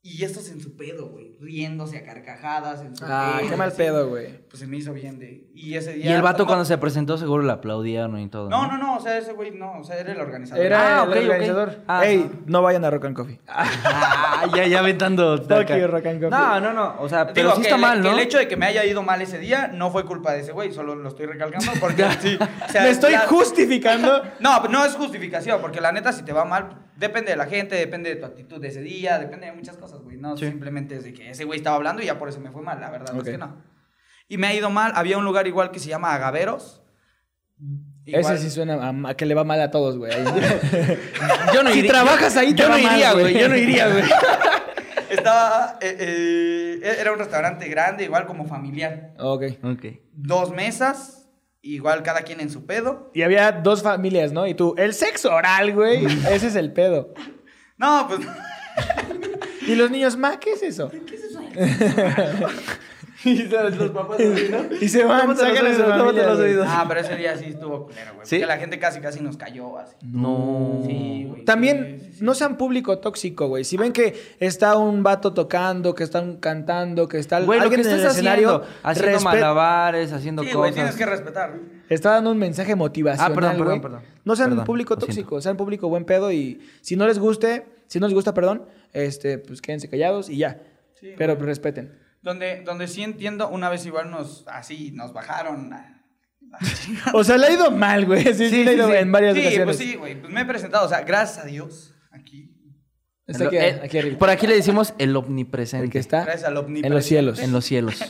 [SPEAKER 4] Y estos en su pedo, güey, riéndose a carcajadas. En su
[SPEAKER 2] Ah,
[SPEAKER 4] pedo,
[SPEAKER 2] qué mal
[SPEAKER 4] así.
[SPEAKER 2] pedo, güey.
[SPEAKER 4] Pues se me hizo bien de. Y ese
[SPEAKER 1] Y
[SPEAKER 4] día.
[SPEAKER 1] el vato
[SPEAKER 4] no,
[SPEAKER 1] cuando se presentó seguro le aplaudieron y todo.
[SPEAKER 4] No, no, no, o sea, ese güey no, o sea, era el organizador.
[SPEAKER 2] Era
[SPEAKER 1] Ah,
[SPEAKER 2] el
[SPEAKER 1] ok, ok.
[SPEAKER 2] organizador.
[SPEAKER 1] Ah,
[SPEAKER 2] Ey, no vayan a Rock and Coffee.
[SPEAKER 1] [LAUGHS] Ah, ya, ya aventando.
[SPEAKER 2] Tokio,
[SPEAKER 1] acá.
[SPEAKER 2] Rock and Coffee.
[SPEAKER 1] No, no, no. O sea,
[SPEAKER 4] Digo
[SPEAKER 1] pero sí
[SPEAKER 4] que
[SPEAKER 1] está
[SPEAKER 4] el- e-,
[SPEAKER 1] mal,
[SPEAKER 4] que
[SPEAKER 1] ¿no?
[SPEAKER 4] el hecho de que me haya ido mal ese día no fue culpa de ese güey, solo lo estoy recalcando
[SPEAKER 1] [LAUGHS]
[SPEAKER 4] porque sí. o sea,
[SPEAKER 2] Me estoy [LAUGHS]
[SPEAKER 4] la-
[SPEAKER 2] justificando.
[SPEAKER 4] No, no es justificación, porque la neta, si te va mal, depende de la gente, depende de tu actitud de ese día, depende de muchas cosas, güey. No
[SPEAKER 1] Sí.
[SPEAKER 4] simplemente es de que ese güey estaba hablando y ya por eso me fue mal, la verdad
[SPEAKER 2] Ok.
[SPEAKER 4] es que no. Y me ha ido mal, había un lugar igual que se llama Agaveros.
[SPEAKER 2] Ese
[SPEAKER 4] Igual-
[SPEAKER 2] sí suena a, a que le va mal a todos, güey. [LAUGHS]
[SPEAKER 1] Yo
[SPEAKER 4] [LAUGHS]
[SPEAKER 1] no
[SPEAKER 2] Si
[SPEAKER 1] iría-
[SPEAKER 2] trabajas ahí, te
[SPEAKER 1] yo
[SPEAKER 2] va
[SPEAKER 1] no
[SPEAKER 2] mal,
[SPEAKER 1] iría,
[SPEAKER 2] güey.
[SPEAKER 1] güey. Yo no iría, güey.
[SPEAKER 4] Estaba. eh, eh, era un restaurante grande, igual como familiar.
[SPEAKER 2] [LAUGHS] ok.
[SPEAKER 1] Ok.
[SPEAKER 4] Dos mesas, igual cada quien en su pedo.
[SPEAKER 2] Y había dos familias, ¿no? Y tú, el sexo oral, [LAUGHS] güey. Ese es el pedo.
[SPEAKER 4] No, pues.
[SPEAKER 2] Y los niños, ma, ¿qué es eso? [LAUGHS]
[SPEAKER 1] Y los papás
[SPEAKER 2] Y se van, sacan a su familia, güey.
[SPEAKER 4] Ah, pero ese día sí estuvo culero, güey.
[SPEAKER 1] ¿Sí?
[SPEAKER 4] Porque la gente casi casi nos cayó así.
[SPEAKER 1] No.
[SPEAKER 4] Sí, güey.
[SPEAKER 2] También
[SPEAKER 4] Sí, sí, sí.
[SPEAKER 2] no sean público tóxico, güey. Si ven que está un vato tocando, que están cantando, que está
[SPEAKER 1] Güey, lo que
[SPEAKER 2] alguien en
[SPEAKER 1] estás
[SPEAKER 2] el escenario,
[SPEAKER 1] haciendo, haciendo
[SPEAKER 2] respe-
[SPEAKER 1] malabares, haciendo
[SPEAKER 4] Sí, güey, tienes
[SPEAKER 1] cosas.
[SPEAKER 4] que respetar.
[SPEAKER 2] Está dando un mensaje motivacional.
[SPEAKER 1] Ah, perdón, perdón,
[SPEAKER 2] güey.
[SPEAKER 1] perdón.
[SPEAKER 2] No sean
[SPEAKER 1] Perdón,
[SPEAKER 2] un público
[SPEAKER 1] lo siento.
[SPEAKER 2] tóxico, sean público buen pedo y si no les guste, si no les gusta, perdón, este, pues quédense callados y ya.
[SPEAKER 4] Sí,
[SPEAKER 2] Pero
[SPEAKER 1] [LAUGHS]
[SPEAKER 2] respeten.
[SPEAKER 4] Donde, donde sí entiendo, una vez igual nos. Así, nos bajaron. a-
[SPEAKER 2] O sea, le ha ido mal, güey. Sí, sí,
[SPEAKER 1] Sí,
[SPEAKER 2] le ha ido
[SPEAKER 1] sí, sí.
[SPEAKER 2] en varias
[SPEAKER 4] Sí,
[SPEAKER 2] ocasiones.
[SPEAKER 4] pues sí, güey. Pues me he presentado, o sea, gracias a Dios. Aquí.
[SPEAKER 2] Está
[SPEAKER 1] En
[SPEAKER 2] aquí,
[SPEAKER 1] lo- eh, pues,
[SPEAKER 2] aquí arriba.
[SPEAKER 1] Por aquí le decimos el
[SPEAKER 2] El
[SPEAKER 1] omnipresente.
[SPEAKER 2] que está
[SPEAKER 4] Gracias al omnipresente.
[SPEAKER 2] Ah, en los cielos.
[SPEAKER 1] En los cielos.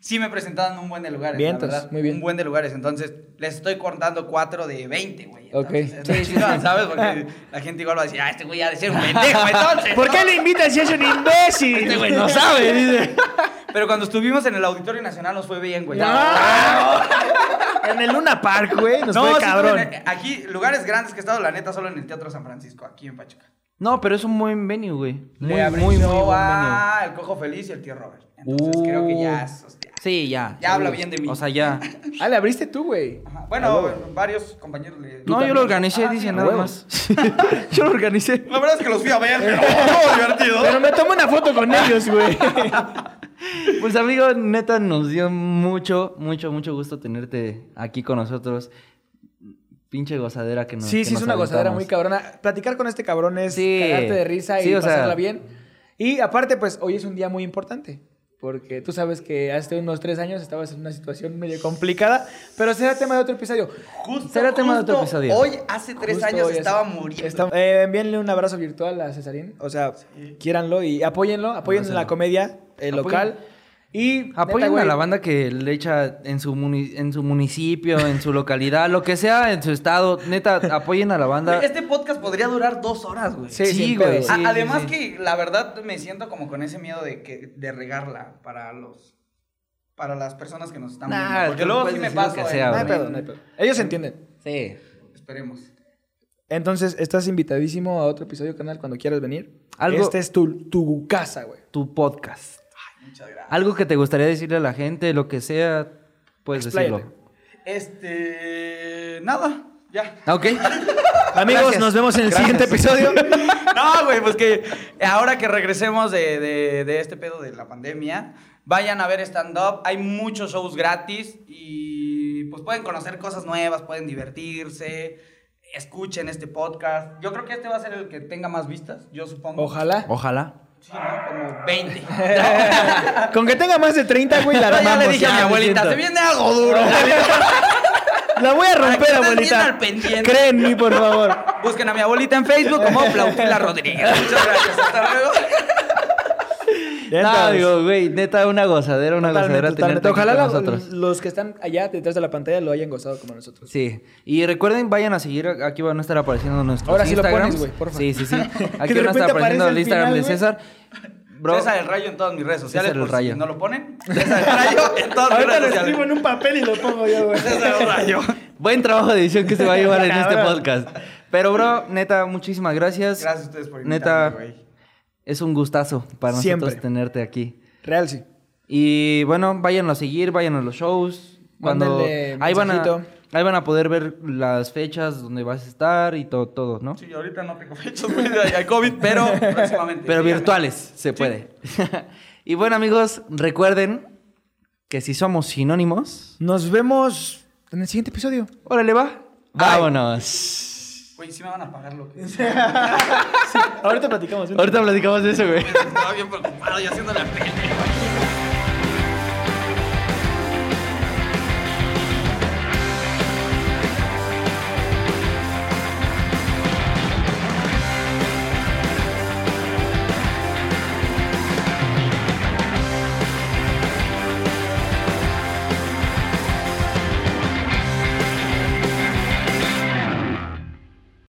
[SPEAKER 4] Sí, me he presentado en un buen de lugares. la
[SPEAKER 2] Vientos,
[SPEAKER 4] verdad,
[SPEAKER 2] muy bien.
[SPEAKER 4] Un buen de lugares. Entonces, les estoy contando 4 de 20, güey.
[SPEAKER 2] Ok.
[SPEAKER 4] Entonces,
[SPEAKER 2] Sí,
[SPEAKER 4] está chingón, ¿sabes?
[SPEAKER 2] [LAUGHS]
[SPEAKER 4] Porque la gente igual va a decir, ah, este güey ha de ser un pendejo, entonces.
[SPEAKER 2] ¿Por qué
[SPEAKER 4] ¿no?
[SPEAKER 2] le invitas si es un imbécil? [LAUGHS] Este güey no sabe, dice.
[SPEAKER 4] Pero cuando estuvimos en el Auditorio Nacional nos fue bien, güey.
[SPEAKER 2] En el Luna Park, güey, nos
[SPEAKER 4] sí,
[SPEAKER 2] fue
[SPEAKER 4] güey,
[SPEAKER 2] cabrón.
[SPEAKER 4] aquí, lugares grandes que he estado, la neta, solo en el Teatro San Francisco, aquí en Pachuca.
[SPEAKER 1] No, pero es un buen venue, güey. Muy,
[SPEAKER 4] Le
[SPEAKER 1] muy, muy
[SPEAKER 4] abrió
[SPEAKER 1] buen venue.
[SPEAKER 4] a El Cojo Feliz y el Tío Robert. Entonces creo que ya... hostia.
[SPEAKER 1] Sí, ya.
[SPEAKER 4] Ya habla bien de mí.
[SPEAKER 1] O sea, ya.
[SPEAKER 2] Ah, le abriste tú, güey.
[SPEAKER 4] Ajá. Bueno, varios compañeros le...
[SPEAKER 1] No, yo lo organicé,
[SPEAKER 4] Ah, sí,
[SPEAKER 1] dice
[SPEAKER 4] a
[SPEAKER 1] nada
[SPEAKER 2] huevo.
[SPEAKER 1] más. [LAUGHS] yo lo organicé.
[SPEAKER 4] La verdad es que los fui a
[SPEAKER 1] [LAUGHS]
[SPEAKER 4] ver, pero [LAUGHS] estuvo Oh, divertido.
[SPEAKER 2] Pero me tomé una foto con ellos, güey.
[SPEAKER 1] Pues amigo, neta, nos dio mucho, mucho, mucho gusto tenerte aquí con nosotros. Pinche gozadera que nos
[SPEAKER 2] Sí,
[SPEAKER 1] que
[SPEAKER 2] sí, es
[SPEAKER 1] nos
[SPEAKER 2] una gozadera
[SPEAKER 1] aventamos.
[SPEAKER 2] muy cabrona. Platicar con este cabrón es
[SPEAKER 1] Sí.
[SPEAKER 2] cagarte de risa
[SPEAKER 1] Sí,
[SPEAKER 2] y
[SPEAKER 1] o sea-
[SPEAKER 2] pasarla bien. Y aparte, pues, hoy es un día muy importante. Porque tú sabes que hace unos tres años estabas en una situación medio complicada. Pero será tema de otro episodio.
[SPEAKER 4] Justo,
[SPEAKER 1] Será tema de otro
[SPEAKER 4] justo
[SPEAKER 1] episodio.
[SPEAKER 4] Hoy, hace tres
[SPEAKER 2] Justo
[SPEAKER 4] años,
[SPEAKER 2] hoy es-
[SPEAKER 4] estaba muriendo.
[SPEAKER 2] Está- eh, envíenle un abrazo virtual a Cesarín. O sea, quiéranlo y apóyenlo. Apóyen la comedia eh,
[SPEAKER 1] Apoyen.
[SPEAKER 2] local. Y
[SPEAKER 1] Apoyen
[SPEAKER 2] neta, güey,
[SPEAKER 1] a la banda que le echa en su, muni- en su municipio, en su localidad, lo que sea, en su estado. Neta, apoyen a la
[SPEAKER 2] [LAUGHS]
[SPEAKER 1] banda.
[SPEAKER 4] Este podcast podría durar dos horas, güey.
[SPEAKER 2] Sí,
[SPEAKER 1] Sí,
[SPEAKER 2] sin
[SPEAKER 1] güey,
[SPEAKER 2] pedo.
[SPEAKER 1] sí.
[SPEAKER 4] A- además
[SPEAKER 1] sí.
[SPEAKER 4] que la verdad me siento como con ese miedo de que de regarla para los para las personas que nos están
[SPEAKER 1] Nah,
[SPEAKER 4] viendo, porque
[SPEAKER 1] tú
[SPEAKER 4] luego
[SPEAKER 1] puedes
[SPEAKER 4] sí me
[SPEAKER 1] decir lo
[SPEAKER 4] paso.
[SPEAKER 1] que
[SPEAKER 4] en-
[SPEAKER 1] sea,
[SPEAKER 2] No hay
[SPEAKER 1] güey.
[SPEAKER 2] pedo, no hay pedo. Ellos entienden.
[SPEAKER 1] Sí.
[SPEAKER 4] Esperemos.
[SPEAKER 2] Entonces, estás invitadísimo a otro episodio canal cuando quieras venir.
[SPEAKER 1] Algo-
[SPEAKER 2] Este es tu, tu casa, güey.
[SPEAKER 1] Tu podcast.
[SPEAKER 4] Muchas gracias.
[SPEAKER 1] Algo que te gustaría decirle a la gente, lo que sea, puedes
[SPEAKER 2] Expláyate.
[SPEAKER 1] decirlo.
[SPEAKER 4] Este, nada, ya.
[SPEAKER 2] [LAUGHS]
[SPEAKER 1] Ah, Ok.
[SPEAKER 2] Amigos,
[SPEAKER 1] Gracias.
[SPEAKER 2] nos vemos en el
[SPEAKER 1] Gracias.
[SPEAKER 2] siguiente episodio.
[SPEAKER 4] No, güey, pues que ahora que regresemos de, de- de este pedo de la pandemia, vayan a ver stand-up. Hay muchos shows gratis y pues pueden conocer cosas nuevas, pueden divertirse, escuchen este podcast. Yo creo que este va a ser el que tenga más vistas, yo
[SPEAKER 2] [LAUGHS]
[SPEAKER 4] supongo.
[SPEAKER 2] Ojalá.
[SPEAKER 1] Oh. Ojalá.
[SPEAKER 4] Sí, ¿no? Como 20.
[SPEAKER 2] Con que tenga más de 30, güey, la
[SPEAKER 4] Yo [LAUGHS] ya
[SPEAKER 2] armamos.
[SPEAKER 4] le dije a
[SPEAKER 2] [LAUGHS]
[SPEAKER 4] mi
[SPEAKER 2] ya,
[SPEAKER 4] abuelita,
[SPEAKER 2] me
[SPEAKER 4] se
[SPEAKER 2] siento.
[SPEAKER 4] viene algo duro.
[SPEAKER 2] La voy a
[SPEAKER 4] Para
[SPEAKER 2] romper,
[SPEAKER 4] que estés bien
[SPEAKER 2] abuelita.
[SPEAKER 4] al pendiente.
[SPEAKER 2] Cree en mí, por [LAUGHS] favor.
[SPEAKER 4] Busquen a mi abuelita en Facebook como Flautila Rodríguez. Muchas gracias. Hasta luego.
[SPEAKER 1] No, digo, güey, neta, una gozadera, una
[SPEAKER 2] Totalmente,
[SPEAKER 1] gozadera tenerte
[SPEAKER 2] totalmente.
[SPEAKER 1] aquí
[SPEAKER 2] Ojalá
[SPEAKER 1] con
[SPEAKER 2] la-
[SPEAKER 1] nosotros.
[SPEAKER 2] los que están allá detrás de la pantalla lo hayan gozado como nosotros.
[SPEAKER 1] Sí. Y recuerden, vayan a seguir. Aquí van a estar apareciendo nuestros
[SPEAKER 2] Ahora sí lo
[SPEAKER 1] Instagrams.
[SPEAKER 2] pones, güey, porfa.
[SPEAKER 1] Sí, sí,
[SPEAKER 2] [LAUGHS]
[SPEAKER 1] sí. Aquí van a
[SPEAKER 2] de repente
[SPEAKER 1] estar
[SPEAKER 2] aparece
[SPEAKER 1] apareciendo
[SPEAKER 2] al
[SPEAKER 1] el Instagram
[SPEAKER 2] final,
[SPEAKER 1] de
[SPEAKER 2] güey.
[SPEAKER 1] César. Bro,
[SPEAKER 4] César el Rayo en todas mis redes sociales.
[SPEAKER 1] César el
[SPEAKER 4] por si
[SPEAKER 1] Rayo.
[SPEAKER 4] no lo ponen. César el Rayo en todas
[SPEAKER 2] Ahorita lo
[SPEAKER 4] mis redes sociales.
[SPEAKER 2] escribo en un papel y lo pongo yo,
[SPEAKER 4] [LAUGHS]
[SPEAKER 2] güey.
[SPEAKER 4] César el Rayo.
[SPEAKER 1] buen trabajo de edición que se va a llevar en este
[SPEAKER 2] Cabrón.
[SPEAKER 1] podcast. Pero, bro, neta, muchísimas gracias.
[SPEAKER 4] Gracias a ustedes por
[SPEAKER 1] Neta,
[SPEAKER 4] invitarme, güey.
[SPEAKER 1] es un gustazo para
[SPEAKER 2] Siempre.
[SPEAKER 1] nosotros tenerte aquí.
[SPEAKER 2] Real, sí.
[SPEAKER 1] Y bueno, váyanlo a seguir, vayan a los shows. Cuando
[SPEAKER 2] Mándenle
[SPEAKER 1] ahí van, a,
[SPEAKER 2] mensajito.
[SPEAKER 1] ahí van a poder ver las fechas donde vas a estar y todo, todo ¿no?
[SPEAKER 4] Sí, ahorita no tengo fechas, güey, de- hay COVID, pero próximamente.
[SPEAKER 1] Pero
[SPEAKER 4] Síganme.
[SPEAKER 1] virtuales, se puede. [LAUGHS] y bueno, amigos, recuerden que si somos sinónimos,
[SPEAKER 2] Nos vemos en el siguiente episodio.
[SPEAKER 1] órale va. Vámonos.
[SPEAKER 4] Güey, [LAUGHS] sí me van a pagar lo que...
[SPEAKER 2] Ahorita platicamos.
[SPEAKER 1] Ahorita platicamos de eso, güey.
[SPEAKER 4] Estaba bien preocupado y haciendo la pele.